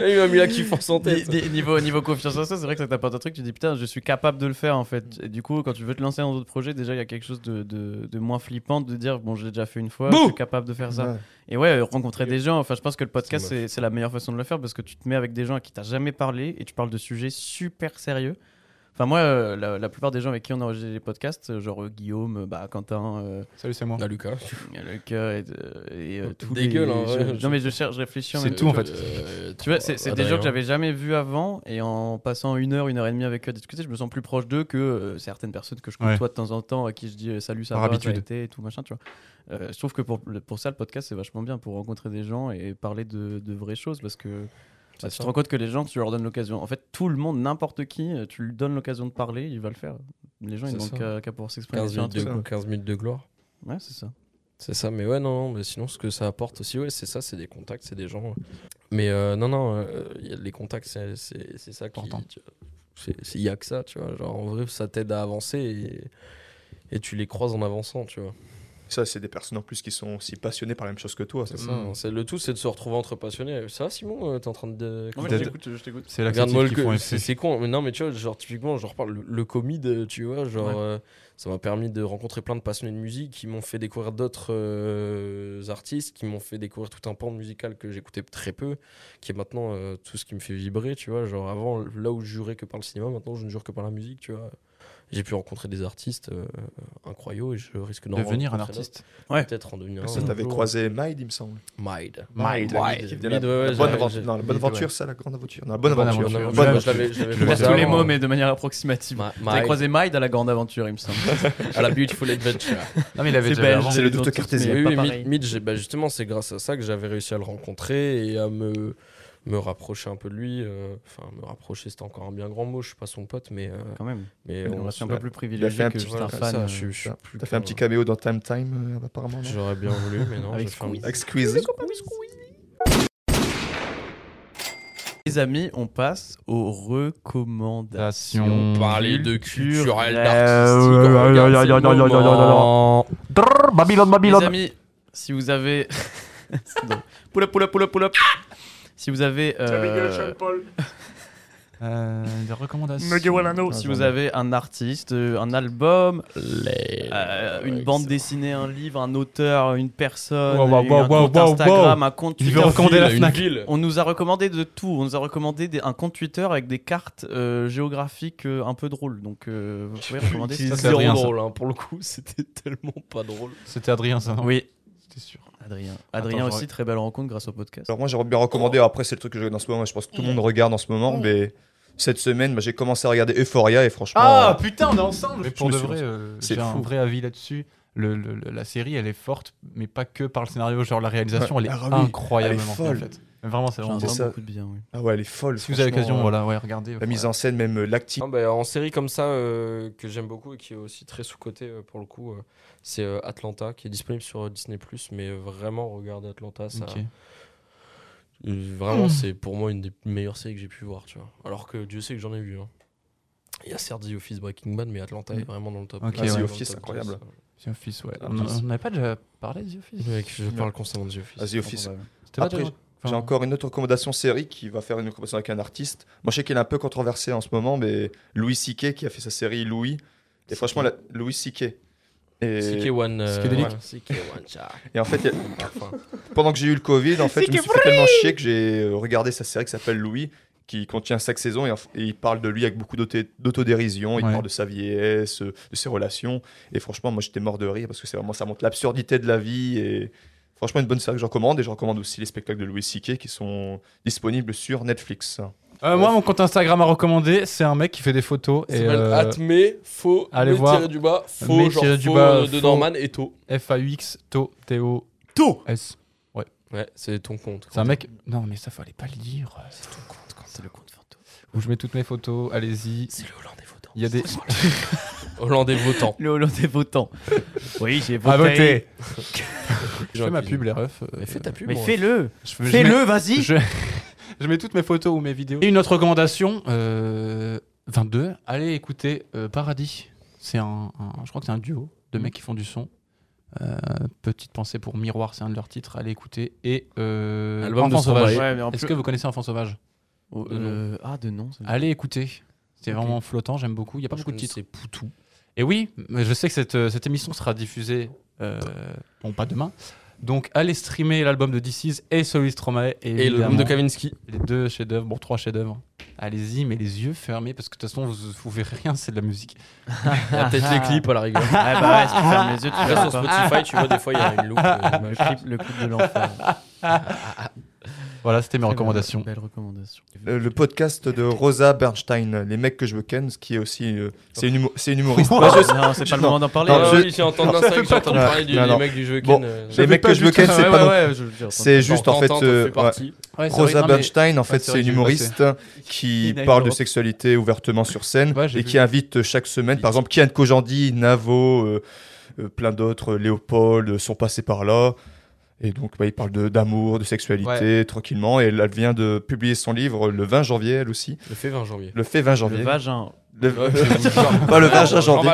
S2: Il m'a mis la kiffance en
S3: Ni-
S2: tête.
S3: ni- niveau, niveau confiance en soi, c'est vrai que ça t'apporte un truc, tu te dis putain, je suis capable de le faire en fait. Et du coup, quand tu veux te lancer dans d'autres projets, déjà il y a quelque chose de, de- de moins flippant de dire bon, j'ai déjà fait une fois, je suis capable de faire ça.
S6: Ouais.
S3: Et ouais, euh, rencontrer des gens, enfin je pense que le podcast
S2: C'est
S3: c'est c'est la meilleure façon de le faire parce que tu te mets avec des gens à qui t'as jamais parlé et tu parles de sujets super sérieux. Enfin, moi, euh, la, la plupart des gens avec qui on a enregistré des podcasts, euh, genre euh, Guillaume, euh, bah, Quentin, euh,
S1: Salut, c'est moi.
S2: Ah, Lucas.
S3: Lucas et, euh, et, euh,
S2: Oh,
S3: tous
S2: des
S3: les.
S2: gueules, hein,
S3: je-
S2: ouais.
S3: non, mais je cherche, je réfléchis en
S1: C'est
S3: même
S1: tout, en fait.
S2: Euh,
S3: tu vois, c'est
S1: Ah,
S3: c'est des gens
S2: Adrien.
S3: que j'avais jamais vus avant, et en passant une heure, une heure et demie avec eux à discuter, je me sens plus proche d'eux que euh, certaines personnes que je
S1: Ouais.
S3: côtoie de temps en temps, à qui je dis euh, salut, ça
S1: Par
S3: va,
S1: habitude.
S3: ça a été, et tout machin, tu vois. Euh, je trouve que pour, le- pour ça, le podcast, c'est vachement bien pour rencontrer des gens et parler de, de vraies choses, parce que bah, tu te
S2: ça.
S3: rends compte que les gens, tu leur donnes l'occasion. En fait, tout le monde, n'importe qui, euh, tu lui donnes l'occasion de parler, il va le faire. Les gens, ils
S2: C'est
S3: n'ont
S2: ça.
S3: qu'à qu'à pouvoir s'exprimer
S2: 15
S3: sur un
S2: minutes,
S3: truc. hein.
S2: de, 15 minutes de gloire.
S3: Ouais, c'est ça.
S2: C'est ça, mais ouais, non, non, mais sinon, ce que ça apporte aussi, ouais, c'est ça, c'est des contacts, c'est des gens. Mais euh, non, non, euh, il y a les contacts, c'est- c'est c'est ça qui.
S1: Important.
S2: tu vois, c'est- c'est- Il y a que ça, tu vois. Genre, en vrai, ça t'aide à avancer et, et tu les croises en avançant, tu vois.
S6: Ça, c'est des personnes en plus qui sont aussi passionnées par la même chose que toi.
S2: C'est
S6: C'est
S2: ça.
S1: Mm.
S2: hein. C'est- Le tout, c'est de se retrouver entre passionnés. Ça va, Simon euh, T'es en train de.
S1: mais je
S3: je t'écoute.
S1: C'est
S2: Regarde-moi
S1: l'actif qui
S2: le
S1: font
S2: co-
S1: effet.
S2: c'est c'est con, mais non, mais tu vois, genre, typiquement, je reparle, le, le comide, euh, tu vois, genre,
S3: Ouais.
S2: euh, ça m'a permis de rencontrer plein de passionnés de musique qui m'ont fait découvrir d'autres euh, artistes, qui m'ont fait découvrir tout un pan musical que j'écoutais très peu, qui est maintenant euh, tout ce qui me fait vibrer, tu vois, genre, avant, là où je jurais que par le cinéma, maintenant, je ne jure que par la musique, tu vois. J'ai pu rencontrer des artistes euh, incroyables et je risque d'en
S1: Devenir un
S2: rencontrer
S1: artiste.
S2: d'autres.
S3: Ouais.
S2: Peut-être en devenir
S6: Ça
S2: un
S6: t'avait
S2: jour.
S6: croisé Maïd, il me semble.
S2: Mind.
S6: Maïd,
S2: Maïd.
S6: qui venait
S2: Maïd,
S6: de la-
S2: ouais,
S6: la
S2: ouais,
S6: bonne
S2: j'avais-
S6: aventure,
S2: j'avais-
S6: non, la bonne
S1: j'ai-
S6: aventure, ça, la grande aventure. Non, la bonne
S1: Bonne
S6: aventure.
S1: aventure.
S6: Bonne
S1: Ouais,
S6: aventure.
S2: je l'avais- je l'avais
S1: Je
S2: fait
S1: vois
S3: Place
S1: ça,
S3: tous les
S1: vraiment.
S3: mots, mais de manière approximative.
S2: Ma-
S3: T'as
S2: Maïd,
S3: croisé Maïd à la grande aventure, il me semble.
S2: à la Beautiful Adventure.
S1: Non, mais il avait
S3: C'est
S1: déjà
S3: belge.
S1: avant.
S6: C'est le
S3: les
S6: doute
S3: autres,
S6: cartésien.
S3: mais-
S2: Mais
S3: pas
S2: oui,
S3: pareil.
S2: Mitch, Mitch, j'ai- bah, justement, c'est grâce à ça que j'avais réussi à le rencontrer et à me, me rapprocher un peu de lui. euh, Enfin, me rapprocher, c'est encore un bien grand mot, je suis pas son pote, mais, euh,
S3: Quand même.
S2: mais
S3: On reste un peu plus
S6: fait
S3: privilégié
S6: un
S3: que
S6: petit-
S3: juste un
S2: voilà,
S3: fan.
S2: ça,
S3: euh,
S2: je suis- je suis
S6: T'as-
S2: plus
S6: T'as fait un
S2: qu'un-
S6: petit caméo dans Time Time, euh, apparemment. non
S2: J'aurais bien voulu, mais non.
S3: Avec
S2: je fais un-
S3: Squeeze.
S6: Avec Squeezie.
S3: Les amis, on passe aux recommandations.
S1: Station.
S2: On parlait de
S3: Culturel.
S2: culturel,
S4: Euh,
S2: d'artistique. regarde, c'est le moment.
S4: Babylone,
S3: Les
S4: Babylone.
S3: amis, si vous avez. <laughs> C'est drôle. Pull up, pull up, pull up, pull up. Si vous avez. euh,
S1: Euh, des recommandations.
S3: si vous avez un artiste, euh, un album,
S2: Les-
S3: euh, une
S2: Ouais,
S3: bande
S2: c'est-
S3: dessinée, un livre, un auteur, une personne,
S1: Wow, wow,
S3: une-
S1: wow,
S3: un
S1: wow,
S3: compte
S1: wow,
S3: Instagram, un compte
S1: Il
S3: Twitter.
S1: veut recommander la
S2: Une
S1: Fnac.
S2: ville.
S3: On nous a recommandé de tout. On nous a recommandé des- un compte Twitter avec des cartes euh, géographiques euh, un peu drôles. Donc euh, vous pouvez recommander.
S1: utiliser
S3: ça.
S1: c'est Adrien,
S2: Zéro
S1: ça.
S2: drôle, hein, pour le coup, <laughs> c'était tellement pas drôle.
S1: C'était Adrien, ça, non
S3: Oui,
S1: C'était sûr.
S3: Adrien. Adrien
S1: Attends, je
S3: aussi, très belle rencontre grâce au podcast.
S6: Alors moi j'aurais bien recommandé, après c'est le truc que je regarde en ce moment, je pense que tout le monde regarde en ce moment, mais cette semaine bah, j'ai commencé à regarder Euphoria et franchement... euh,
S1: putain, on est ensemble Mais pour
S6: me
S1: de
S6: suis
S1: vrai,
S6: lancé.
S1: euh,
S6: C'est
S1: j'ai un
S6: fou.
S1: vrai avis là-dessus. Le- le- le- la série, elle est forte, mais pas que par le scénario. Genre, la réalisation,
S6: Ouais.
S1: elle est
S6: Ah oui,
S1: incroyablement
S6: elle est
S1: bien
S6: folle.
S1: faite. Vraiment, c'est
S3: J'en
S1: vraiment.
S6: C'est
S3: entends
S6: ça.
S3: beaucoup de bien. oui.
S6: Ah ouais elle est folle.
S1: Si vous avez
S6: franchement,
S1: l'occasion,
S6: euh,
S1: voilà, ouais, regardez.
S6: La mise en scène, même euh, l'acting.
S2: Ah bah, en série comme ça, euh, que j'aime beaucoup et qui est aussi très sous-cotée euh, pour le coup, euh, c'est euh, Atlanta, qui est disponible sur euh, Disney+, mais euh, vraiment, regardez Atlanta, ça...
S1: Ok.
S2: euh, Vraiment, c'est pour moi une des meilleures séries que j'ai pu voir, tu vois. Alors que Dieu sait que j'en ai vu, hein. Il y a certes The Office Breaking Bad, mais Atlanta
S1: Mm.
S2: est vraiment dans le top.
S1: Ok,
S2: Ah,
S1: ouais. The
S6: Office, incroyable.
S1: The Office, ouais.
S6: The
S1: On
S6: Office.
S1: on n'avait pas déjà parlé de The Office
S2: Mec, je parle constamment de
S1: Ah,
S2: The Office.
S6: Vas-y Office.
S1: C'était pas
S6: Après,
S1: déjà-
S6: J'ai
S1: Enfin,
S6: encore une autre recommandation série qui va faire une recommandation avec un artiste. Moi je sais qu'elle est un peu controversée en ce moment, mais Louis C.K. qui a fait sa série Louis. Et franchement, la- Louis C.K. Et,
S2: CK1... euh,
S1: Psychédélique.
S2: ouais, CK1, tcha.
S6: et en fait, elle-
S1: <laughs>
S2: Enfin,
S6: pendant que j'ai eu le Covid, en fait, je me suis fait tellement chier que j'ai euh, regardé sa série qui s'appelle Louis, qui contient cinq saisons et, en f- et il parle de lui avec beaucoup d'auté- d'autodérision. Il
S1: Ouais.
S6: parle de sa vieillesse, euh, de ses relations. Et franchement, moi, j'étais mort de rire parce que c'est vraiment ça montre l'absurdité de la vie et franchement une bonne série que je recommande. Et je recommande aussi les spectacles de Louis C.K. qui sont disponibles sur Netflix.
S1: Euh, moi, mon compte Instagram à recommander, c'est un mec qui fait des photos.
S2: ça
S1: Et
S2: s'appelle
S1: euh,
S2: Atme, faux,
S1: allez
S2: mais
S1: voir.
S2: tiré du bas, faux,
S1: Mais
S2: genre
S1: tiré du
S2: faux,
S1: bas,
S2: euh, de
S1: faux.
S2: Norman et tôt.
S1: F-A-U-X, To, T-O.
S3: To
S1: S.
S2: Ouais, c'est ton compte.
S1: C'est un mec. Non, mais ça, fallait pas le dire. C'est ton compte, c'est le compte photo. Où je mets toutes mes photos, allez-y.
S2: C'est le Hollandais votant.
S1: Il y a des.
S2: Hollandais votant.
S3: Le Hollandais votant. oui, j'ai voté.
S1: À voter Ah, Je <laughs>
S2: J'ai
S1: fais ma
S2: accusé.
S1: pub, les refs. euh,
S2: Mais fais ta pub.
S3: Mais
S2: moi.
S3: fais-le
S1: je- je mets-
S3: Fais-le, vas-y
S1: Je... <laughs> je mets toutes mes photos ou mes vidéos. Et une autre recommandation, euh, 22, allez écouter euh, Paradis. C'est un, un- je crois que c'est un duo de mecs qui font du son. Euh, petite pensée pour Miroir, c'est un de leurs titres. Allez écouter. Et euh,
S2: Album
S1: Enfant
S2: de
S1: sauvage.
S2: Stromae.
S3: Ouais, mais en
S1: Est-ce
S3: plus-
S1: que vous connaissez Enfant sauvage
S3: Oh,
S1: de nom.
S3: euh, Ah, de nom. ça me-
S1: Allez écouter. C'est
S3: Ok.
S1: vraiment flottant, j'aime beaucoup. Il n'y a pas
S2: Je
S1: beaucoup de titres.
S2: connaissais Poutou.
S1: Et oui, mais je sais que cette, euh, cette émission sera diffusée, euh, bon, pas demain. Donc, allez streamer l'album de DC's et celui de Stromae. Et,
S2: Et le
S1: évidemment,
S2: nom de Kavinsky.
S1: Les deux chefs-d'œuvre, bon, trois chefs-d'œuvre. Allez-y, mais les yeux fermés, parce que de toute façon, vous, vous verrez rien, c'est de la musique.
S2: Il y a peut-être les clips à
S1: <laughs>
S2: la rigueur.
S3: Ah bah ouais, si tu fermes les yeux, tu
S2: Après,
S3: verras
S2: sur
S3: pas.
S2: Spotify, tu vois, des fois, il y a une loupe.
S1: Ah.
S2: euh,
S3: Le
S2: image.
S3: clip, le clip de l'enfer.
S1: Voilà, c'était mes recommandations.
S3: Belle recommandation.
S6: Le, le podcast de Rosa Bernstein, les mecs que je me ken, ce qui est aussi, euh, c'est une, humo- c'est une humoriste. Non, je-
S3: Non, c'est pas le
S6: oh, non.
S3: moment d'en parler. Euh,
S6: Non,
S2: Ah
S6: je-
S2: oui, j'ai entendu un
S6: Ça fait
S2: sac,
S6: pas
S2: j'ai entendu
S6: trop-
S2: parler du
S6: Non,
S2: du
S6: non.
S2: mec du jeu
S6: Bon,
S2: Ken. euh,
S6: <laughs> les mecs que je me ken, c'est pas non- c'est juste en fait,
S2: T'entends, t'en
S6: euh,
S2: fais
S6: ouais.
S2: partie.
S1: Ouais, c'est vrai,
S6: Rosa
S1: non, mais-
S6: Bernstein, en
S1: Ouais,
S6: fait,
S1: c'est
S6: c'est
S1: vrai
S6: une
S1: que j'ai
S6: humoriste qui
S3: Ina
S6: parle de
S3: Europe.
S6: sexualité ouvertement sur scène
S1: Ouais, j'ai
S6: et
S1: vu.
S6: qui invite chaque semaine, par exemple, Kian Kojandi, Navo, euh, euh, plein d'autres, euh, Léopold, euh, sont passés par là. Et donc, bah, il parle de- d'amour, de, sexualité, tranquillement. Et elle, elle vient de publier son livre le 20 janvier, elle aussi.
S2: Le fait 20 janvier.
S6: Le fait 20
S3: Le
S6: janvier.
S3: vagin.
S6: Le-
S2: <laughs>
S6: <laughs>
S2: Pas <laughs>
S6: le 20 janvier.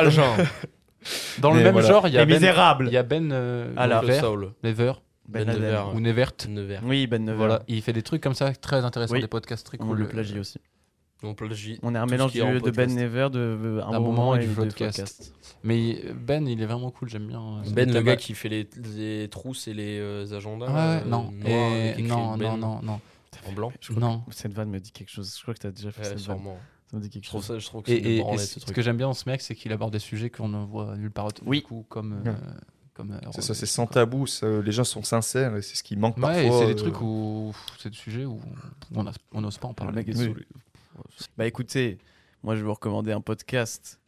S1: Dans le
S6: Mais
S1: même
S6: voilà.
S1: genre, il y a
S3: Les
S1: Ben,
S3: Misérables.
S1: il y a ben euh,
S3: Ah là.
S1: Nevers,
S2: Soul.
S1: Never,
S2: Ben Nevers.
S1: ou Nevert.
S2: Nevers.
S3: Oui, Ben Nevers.
S1: Voilà, il fait des trucs comme ça, très intéressants,
S3: Oui.
S1: des podcasts très
S3: On
S1: cool.
S3: le plagie aussi.
S2: On plagie.
S3: On est un
S2: tout
S3: mélange
S2: ce qui est en
S3: du- de Ben
S2: podcast.
S3: Nevers, de euh, un
S1: D'un
S3: moment
S1: moment
S3: et
S1: et
S3: de
S1: du podcast.
S3: podcast.
S1: Mais Ben, il est vraiment cool, j'aime bien. euh,
S2: Ben,
S1: son
S2: le gars
S1: thème.
S2: qui fait les, les trousses et les euh, agendas.
S1: Ouais,
S2: euh,
S1: ouais, non,
S2: noirs,
S1: et
S2: avec écrit
S1: non,
S2: Ben
S1: non, non, non,
S2: En blanc.
S3: Je crois
S1: non.
S3: que Cette vanne me dit quelque chose. Je crois que t'as déjà fait
S2: Ouais,
S3: cette vanne.
S2: sûrement.
S1: Ça me dit quelque
S2: Je trouve,
S1: chose.
S2: ça, je trouve que
S1: Et,
S2: c'est une
S1: et- et
S2: branlette,
S1: c-
S2: ce
S1: ce
S2: truc.
S1: que j'aime bien dans ce mec, c'est qu'il aborde des sujets qu'on ne voit nulle part autre.
S3: Oui.
S1: Du coup, comme.
S6: Ouais.
S1: euh, comme euh,
S6: C'est ça,
S1: Rogue,
S6: c'est sans tabou. ça, euh, les gens sont sincères et c'est ce qui manque parfois.
S1: Ouais, et c'est
S6: euh,
S1: des trucs où. C'est des sujets où on a- on n'ose pas en parler.
S3: mec est saoulé. Bah écoutez, moi je vais vous recommander un podcast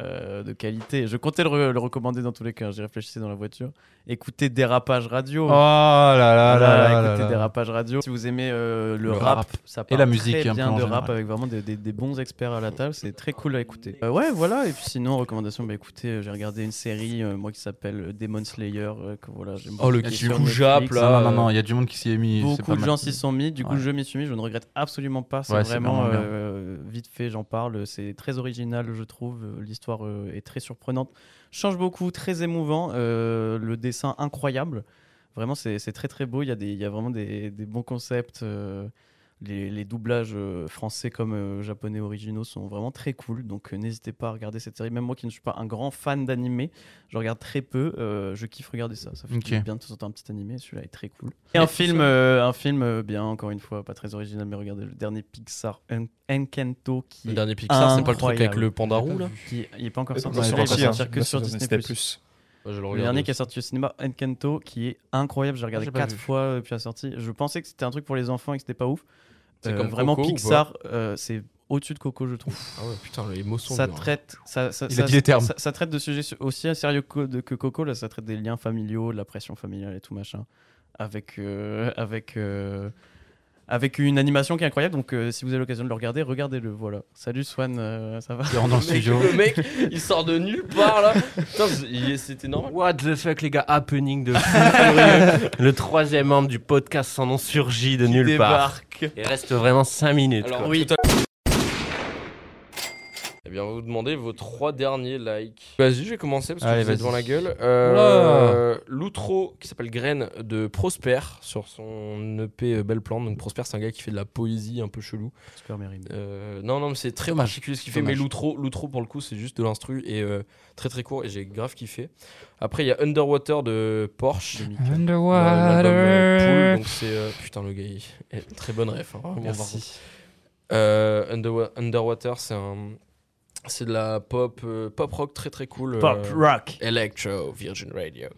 S3: euh, de qualité. Je comptais le, re- le recommander dans tous les cas, j'y réfléchissais dans la voiture. Écoutez Dérapage Radio.
S1: Oh là là là là
S3: Voilà,
S1: là
S3: Ah écoutez
S1: là.
S3: Dérapage Radio. Si vous aimez euh, le,
S1: Le
S3: rap,
S1: rap.
S3: ça
S1: Et la
S3: parle
S1: musique,
S3: très
S1: un peu
S3: bien
S1: en
S3: de
S1: général.
S3: rap avec vraiment des, des- des bons experts à la table, c'est très cool à écouter. Euh, ouais, voilà. Et puis sinon, recommandation, bah écoutez, euh, j'ai regardé une série, euh, moi qui s'appelle Demon Slayer, euh, que voilà, j'aime
S1: Oh, le
S3: beaucoup.
S1: kiff.
S3: Sur
S1: Du coup,
S3: Netflix.
S2: jappe,
S1: Non,
S2: là,
S1: non, non, il y a du monde qui s'y est mis. c'est
S3: Beaucoup
S1: pas
S3: de
S1: mal.
S3: gens s'y sont mis, du coup
S1: Ouais.
S3: je m'y suis mis, je ne regrette absolument pas, c'est
S1: Ouais, c'est
S3: vraiment,
S1: vraiment bien.
S3: euh, vite fait, j'en parle, c'est très original je trouve, Euh, l'histoire euh, est très surprenante, change beaucoup, très émouvant, Euh, le dessin incroyable, vraiment c'est c'est très très beau, il y, a des- il y a vraiment des, des bons concepts, euh, les, les doublages euh, français comme euh, japonais originaux sont vraiment très cool, donc euh, n'hésitez pas à regarder cette série, même moi qui ne suis pas un grand fan d'animé, je regarde très peu, euh, je kiffe regarder ça, ça fait
S1: Ok.
S3: du bien de temps en temps un petit animé, celui-là est très cool. Et un film, euh, un film euh, bien, encore une fois, pas très original, mais regardez le dernier Pixar, En- Encanto, qui
S2: Le
S3: est-
S2: dernier Pixar, c'est pas le truc avec
S3: incroyable.
S2: le panda roux, là
S3: qui est- il n'est pas encore
S6: c'est
S3: sorti,
S6: pas
S1: ouais,
S3: celui-là, il
S6: sorti,
S3: va
S6: hein.
S3: sortir que
S6: Là,
S3: sur
S6: c'est
S3: Disney+.
S6: Disney+.
S2: Ouais, je le
S3: Le
S2: regarde
S3: dernier
S2: aussi.
S3: qui est sorti au cinéma, Encanto, qui est incroyable, j'ai regardé
S1: j'ai pas
S3: quatre
S1: vu.
S3: fois depuis la sortie. Je pensais que c'était un truc pour les enfants et que c'était pas ouf.
S2: C'est
S3: Euh,
S2: comme
S3: vraiment
S2: Coco ou pas
S3: Pixar, euh, c'est au-dessus de Coco, je trouve.
S2: Ah ouais, putain, les mots sont
S3: ça
S2: durs, hein.
S3: traite, ça, ça-
S1: Il a
S3: ça-
S1: dit les termes.
S3: ça- ça traite de sujets su- aussi sérieux co- de- que Coco. Là, ça traite des liens familiaux, de la pression familiale et tout machin, avec euh, avec euh, avec une animation qui est incroyable. Donc, euh, si vous avez l'occasion de le regarder, regardez-le. Voilà. Salut Swan, euh, ça va
S1: Il rentre dans le
S2: Le mec-
S1: <laughs> studio.
S2: Le mec, il sort de nulle part là. Putain, il- c'était normal.
S7: What the fuck les gars, happening de fou
S3: <laughs>
S7: furieux. Le troisième membre du podcast sans nom surgit de nulle part. Il reste vraiment 5 minutes.
S2: Alors,
S7: quoi.
S2: oui. Eh bien, on va vous demander vos trois derniers likes. Vas-y, je vais commencer parce que
S1: Allez,
S2: vous
S1: vas-y.
S2: êtes devant la gueule. Euh, L'outro qui s'appelle Graine de Prosper sur son EP Belle Plante. Donc, Prosper, c'est un gars qui fait de la poésie un peu chelou.
S3: Super Mérine.
S2: Euh, non, non, mais c'est très
S1: Dommage.
S2: particulier ce qu'il fait. Mais
S1: Dommage.
S2: l'outro, l'outro, pour le coup, c'est juste de l'instru et euh, très très court. Et j'ai grave kiffé. Après, il y a Underwater de Porsche. L'album, euh, Pool, donc c'est euh, putain le gars, il- eh, très bonne ref. hein, vraiment, par contre. Euh, Underwa- Underwater, c'est un, c'est de la pop, euh, pop rock très très cool. euh,
S3: Pop rock.
S2: Electro Virgin Radio.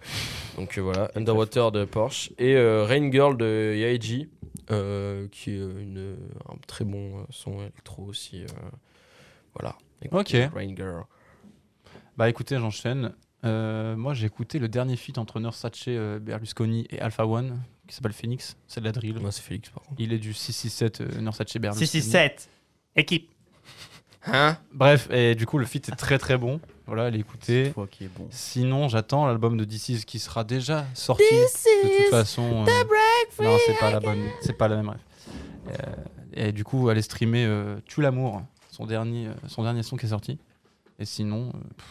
S2: Donc euh, voilà, Underwater de Porsche et euh, Rain Girl de Yaeji, euh, qui est une, un très bon euh, son électro aussi. euh, voilà. Écoutez,
S1: Ok.
S2: Rain Girl.
S1: Bah écoutez, j'enchaîne. Euh, moi, j'ai écouté le dernier feat entre Nursace euh, Berlusconi et Alpha One, qui s'appelle Phoenix. C'est de la drill.
S2: Moi c'est Félix par contre.
S1: Il est du 667 euh, Nursace Berlusconi.
S3: 667 équipe.
S2: Hein
S1: Bref, et du coup, le feat est très très bon. Voilà, allez écouter.
S3: Toi qui est bon.
S1: Sinon, j'attends l'album de This Is qui sera déjà sorti. de toute façon, euh, non, c'est pas la bonne, c'est pas la même. Bref. Euh, et du coup, allez streamer euh, Tue l'amour, son dernier, euh, son dernier son qui est sorti. Et sinon, euh, pff,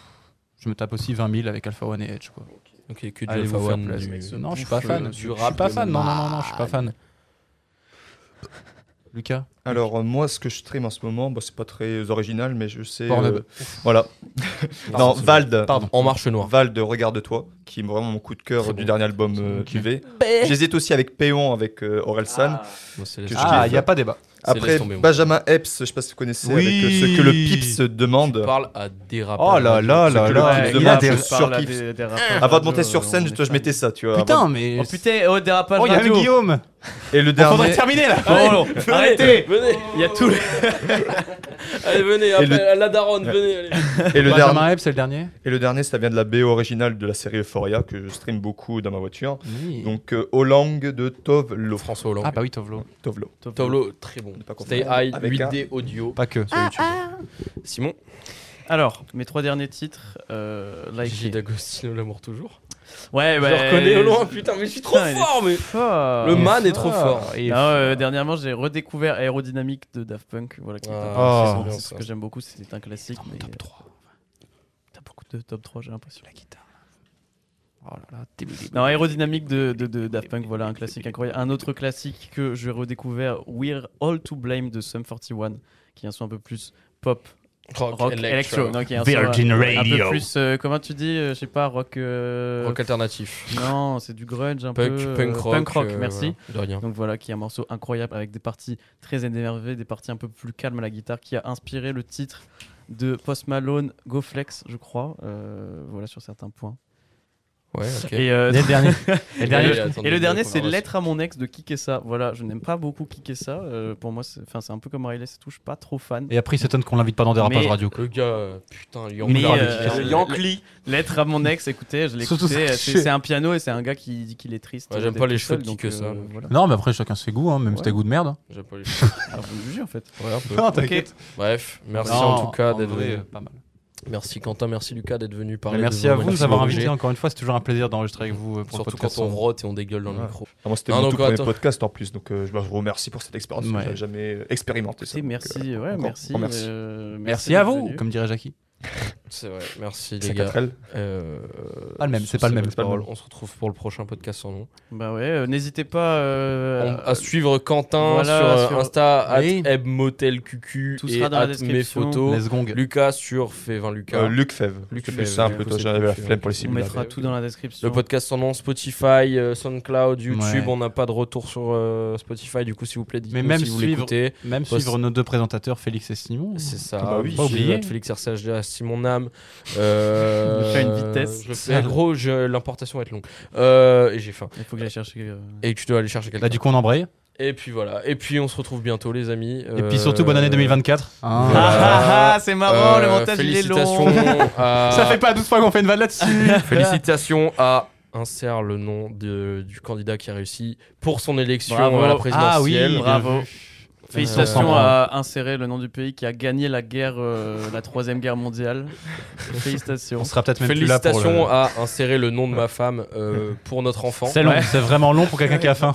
S1: je me tape aussi 20 000 avec Alpha One et Edge. Quoi.
S2: Ok, que du
S1: Allez
S2: Alpha
S1: vous faire
S2: One,
S1: plaisir.
S2: du-
S1: Non, je suis pas
S2: bouffe, euh,
S1: fan.
S2: du
S1: Je suis
S2: rap
S1: pas
S2: de
S1: fan. Non, non, non, non, je suis pas fan. Lucas,
S6: Alors, euh, moi, ce que je stream en ce moment, bah, c'est pas très original, mais je sais.
S1: Pornhub.
S6: euh, voilà. non, Vald.
S1: Pardon.
S2: En marche noire.
S6: Val de Regarde-toi, qui est vraiment mon coup de cœur
S2: Très
S6: du
S2: bon.
S6: dernier album euh,
S1: Ok.
S6: QV. J'hésite aussi avec Péon, avec euh, Orelsan.
S2: Moi, c'est
S6: que
S2: les-
S6: je
S1: Ah,
S6: kiffe.
S1: il y a pas débat.
S2: c'est laisse
S6: Après,
S2: tomber, moi.
S6: Benjamin Epps, je sais pas si vous connaissez,
S1: Oui.
S6: avec euh, ce que le Pips demande.
S2: parle à des rappeurs.
S1: Oh là là
S6: C'est
S1: là
S6: que
S1: là.
S6: le- le
S1: Il a
S6: marche
S1: des.
S6: sur Kiff. Avant de
S3: euh,
S6: monter sur scène, je, je mettais ça, tu vois.
S1: Putain, mais.
S3: Oh putain, oh dérapage
S1: Oh, il y a même
S3: radio.
S1: Guillaume.
S6: Et le
S1: Faudrait
S6: dernier,
S1: terminer là.
S3: <laughs> Oh,
S2: Arrêtez Venez Il y a tout Allez, venez,
S6: le-
S2: appelle- la daronne, venez allez.
S1: Ah.
S6: et le dernier,
S1: Benjamin Epps, c'est le dernier.
S6: et le dernier, ça vient de la BO originale de la série Euphoria que je stream beaucoup dans ma voiture.
S1: Oui.
S6: Donc, euh, Olang de Tovlo.
S2: François Hollande.
S1: Ah bah oui, Tovlo.
S6: Tovlo.
S2: Tableau, très bon.
S6: On est pas
S2: Stay
S6: content.
S2: high,
S6: Avec un-
S2: 8D audio.
S1: Pas que.
S2: Sur YouTube. Simon,
S3: Alors, mes trois derniers titres, euh,
S2: Gilles
S3: likez.
S2: D'Agostino, l'amour toujours.
S3: Ouais,
S2: Je le reconnais au loin, putain, mais je suis trop
S3: Eh ben, euh, Putain, il est
S2: fort, mais.
S3: fort.
S2: Le man est trop fort.
S3: Non, euh, dernièrement, j'ai redécouvert Aérodynamique de Daft Punk. Voilà, qui est un-
S1: Ah,
S3: c'est
S1: c'est
S3: son-
S2: bien
S3: c'est ce
S2: ça.
S3: que j'aime beaucoup. C'était un classique. Mais... Top 3. T'as beaucoup de top 3, j'ai l'impression.
S1: Oh là là, t'es
S3: Non, Aérodynamique de, de, de Daft Punk, voilà, un classique incroyable. Un autre classique que j'ai redécouvert, We're All to Blame de Sum 41, qui est un son un peu plus pop
S2: Rock,
S3: Rock
S2: electro.
S3: Electro. Donc, il y a un son,
S7: Virgin
S3: euh, Un peu
S7: Radio.
S3: plus, euh, comment tu dis, euh, je sais pas, rock. euh,
S2: Rock alternatif.
S3: Non, c'est du grunge un
S2: Punk,
S3: peu. euh,
S2: punk rock.
S3: Punk rock,
S2: euh,
S3: merci.
S2: voilà, de rien.
S3: Donc voilà, qui est un morceau incroyable avec des parties très énervées, des parties un peu plus calmes à la guitare, qui a inspiré le titre de Post Malone, Go Flex, je crois. euh, voilà sur certains points.
S2: Ouais, ok. <laughs>
S3: Et, euh,
S1: Dès le dernier.
S3: et
S2: dernier-
S3: le dernier,
S2: Allez,
S3: <laughs>
S2: attendez,
S3: et le
S2: une
S3: dernier, c'est
S2: conversation.
S3: Lettre à mon ex de Kikessa. Voilà, je n'aime pas beaucoup Kikessa. euh, pour moi, c'est enfin, c'est un peu comme Riley, c'est tout, je suis pas trop fan.
S1: Et après, il s'étonne qu'on l'invite pas dans des rapages
S3: Mais-
S1: radio.
S2: Le gars, euh, putain, il
S3: Mais,
S2: en
S3: euh,
S2: Yankli.
S3: Lettre à mon ex, écoutez, je l'ai
S1: Surtout
S3: écouté.
S1: ça,
S3: C'est
S1: je-
S3: c'est un piano et c'est un gars qui dit qu'il est triste.
S2: Ouais, j'aime
S3: d'être
S2: pas les
S3: tout seul,
S2: cheveux de
S3: donc,
S2: Kikessa,
S3: euh,
S2: donc.
S3: voilà.
S1: Non, mais après, chacun ses goûts, hein, même si
S3: Ouais.
S1: t'as goût de merde.
S2: J'ai pas lu.
S3: Ah, vous me jugez, en fait.
S2: Ouais, un peu.
S1: Non,
S3: t'inquiète.
S2: Bref, merci
S1: Non,
S2: en tout cas
S1: en
S2: d'être
S1: vrai,
S2: venu.
S1: euh, pas mal.
S2: Merci Quentin, merci Lucas d'être venu parler.
S1: Mais merci
S2: de
S1: à vous
S2: vos
S1: de nous
S2: machines
S1: avoir
S2: à bouger.
S1: invités encore une fois. C'est toujours un plaisir d'enregistrer avec vous euh, pour
S2: Surtout
S1: le podcast.
S2: quand on rote et on dégueule dans le
S6: Ouais.
S2: micro.
S6: Ah, moi, c'était
S2: Non,
S6: mon
S2: donc,
S6: tout premier
S2: attends.
S6: podcast en plus, donc euh, je bah, je vous remercie pour cette expérience.
S1: Ouais.
S6: J'avais jamais euh, expérimenté ça.
S3: Écoutez,
S6: donc, euh,
S3: merci, ouais,
S6: encore
S3: merci,
S6: grand merci.
S3: euh,
S1: Merci à
S3: d'être
S1: vous,
S3: venu.
S1: comme dirait Jackie.
S2: C'est vrai, merci les
S6: c'est
S2: gars.
S6: 4L.
S2: Euh,
S1: Pas le même,
S2: sur
S1: c'est pas le
S2: ces
S1: même,
S2: belles
S1: c'est pas le
S2: paroles,
S1: même.
S2: On se retrouve pour le prochain podcast sans nom.
S3: Bah ouais, euh, n'hésitez pas euh,
S2: On- à suivre Quentin
S3: voilà,
S2: sur, euh,
S3: sur-
S2: Insta,
S1: Oui.
S2: at ebmotelqq
S3: Tout
S2: et
S3: sera dans la
S2: at mes
S3: description.
S2: photos.
S1: Les secondes.
S2: Lucas sur fait, enfin, Lucas.
S6: Euh, Luc Fèvre.
S2: Luc
S6: C'est
S2: Fèvre,
S6: plus simple,
S2: Luc
S6: toi
S2: Fèvre,
S6: j'avais la
S2: Fèvre.
S6: flemme pour les
S3: on
S6: cibles.
S3: mettra tout dans la description.
S2: le podcast sans nom, Spotify, euh, SoundCloud, YouTube.
S1: Ouais.
S2: On n'a pas de retour sur euh, Spotify, du coup, s'il vous plaît, dites-nous
S1: Mais même
S2: si vous
S1: suivre-
S2: l'écoutez.
S1: Même
S2: Post-
S1: suivre nos deux présentateurs, Félix et Simon.
S2: C'est ça.
S6: Ah bah oui.
S2: Pas
S1: Pas oublié.
S2: Félix RCHD, Simon
S1: <laughs>
S2: Nam. Euh,
S3: Il me fait une vitesse.
S2: je le fais. Gros, je- l'importation va être longue. Euh, et j'ai faim.
S3: Il faut que j'aille chercher. euh,
S2: Et que tu dois aller chercher quelqu'un.
S1: Là, Bah, du coup, on embraye.
S2: Et puis voilà. Et puis on se retrouve bientôt, les amis.
S1: Et puis surtout, bonne
S2: Euh,
S1: année 2024. Hein.
S2: Voilà. <laughs>
S3: Ah ah ah, c'est marrant, le montage il est
S2: félicitations
S3: <laughs> long.
S2: à...
S1: Ça fait pas 12 fois qu'on fait une vanne
S3: Ah.
S1: là-dessus.
S2: Félicitations à insère le nom de- du candidat qui a réussi pour son élection euh,
S3: Bravo.
S2: à la présidentielle.
S1: Ah oui,
S3: Bravo. Félicitations
S1: Euh,
S3: à insérer le nom du pays qui a gagné la guerre, euh, la troisième guerre <laughs> mondiale. Félicitations.
S1: On sera peut-être même plus là pour
S2: Félicitations
S1: le...
S2: à insérer le nom de ma femme euh, pour notre enfant.
S1: C'est long, c'est vraiment long pour quelqu'un qui a
S2: <laughs>
S1: faim.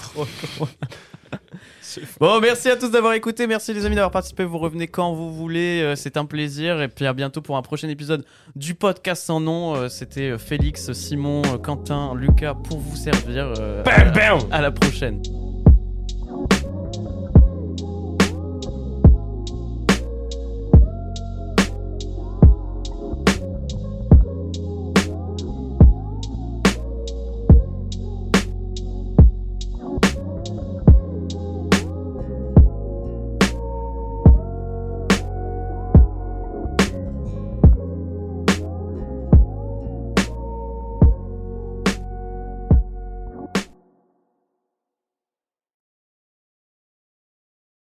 S3: Bon, merci à tous d'avoir écouté, merci les amis d'avoir participé. Vous revenez quand vous voulez, euh, c'est un plaisir. Et puis à bientôt pour un prochain épisode du podcast sans nom. Euh, C'était euh, Félix, Simon, euh, Quentin, Lucas pour vous servir. euh, à- à la prochaine.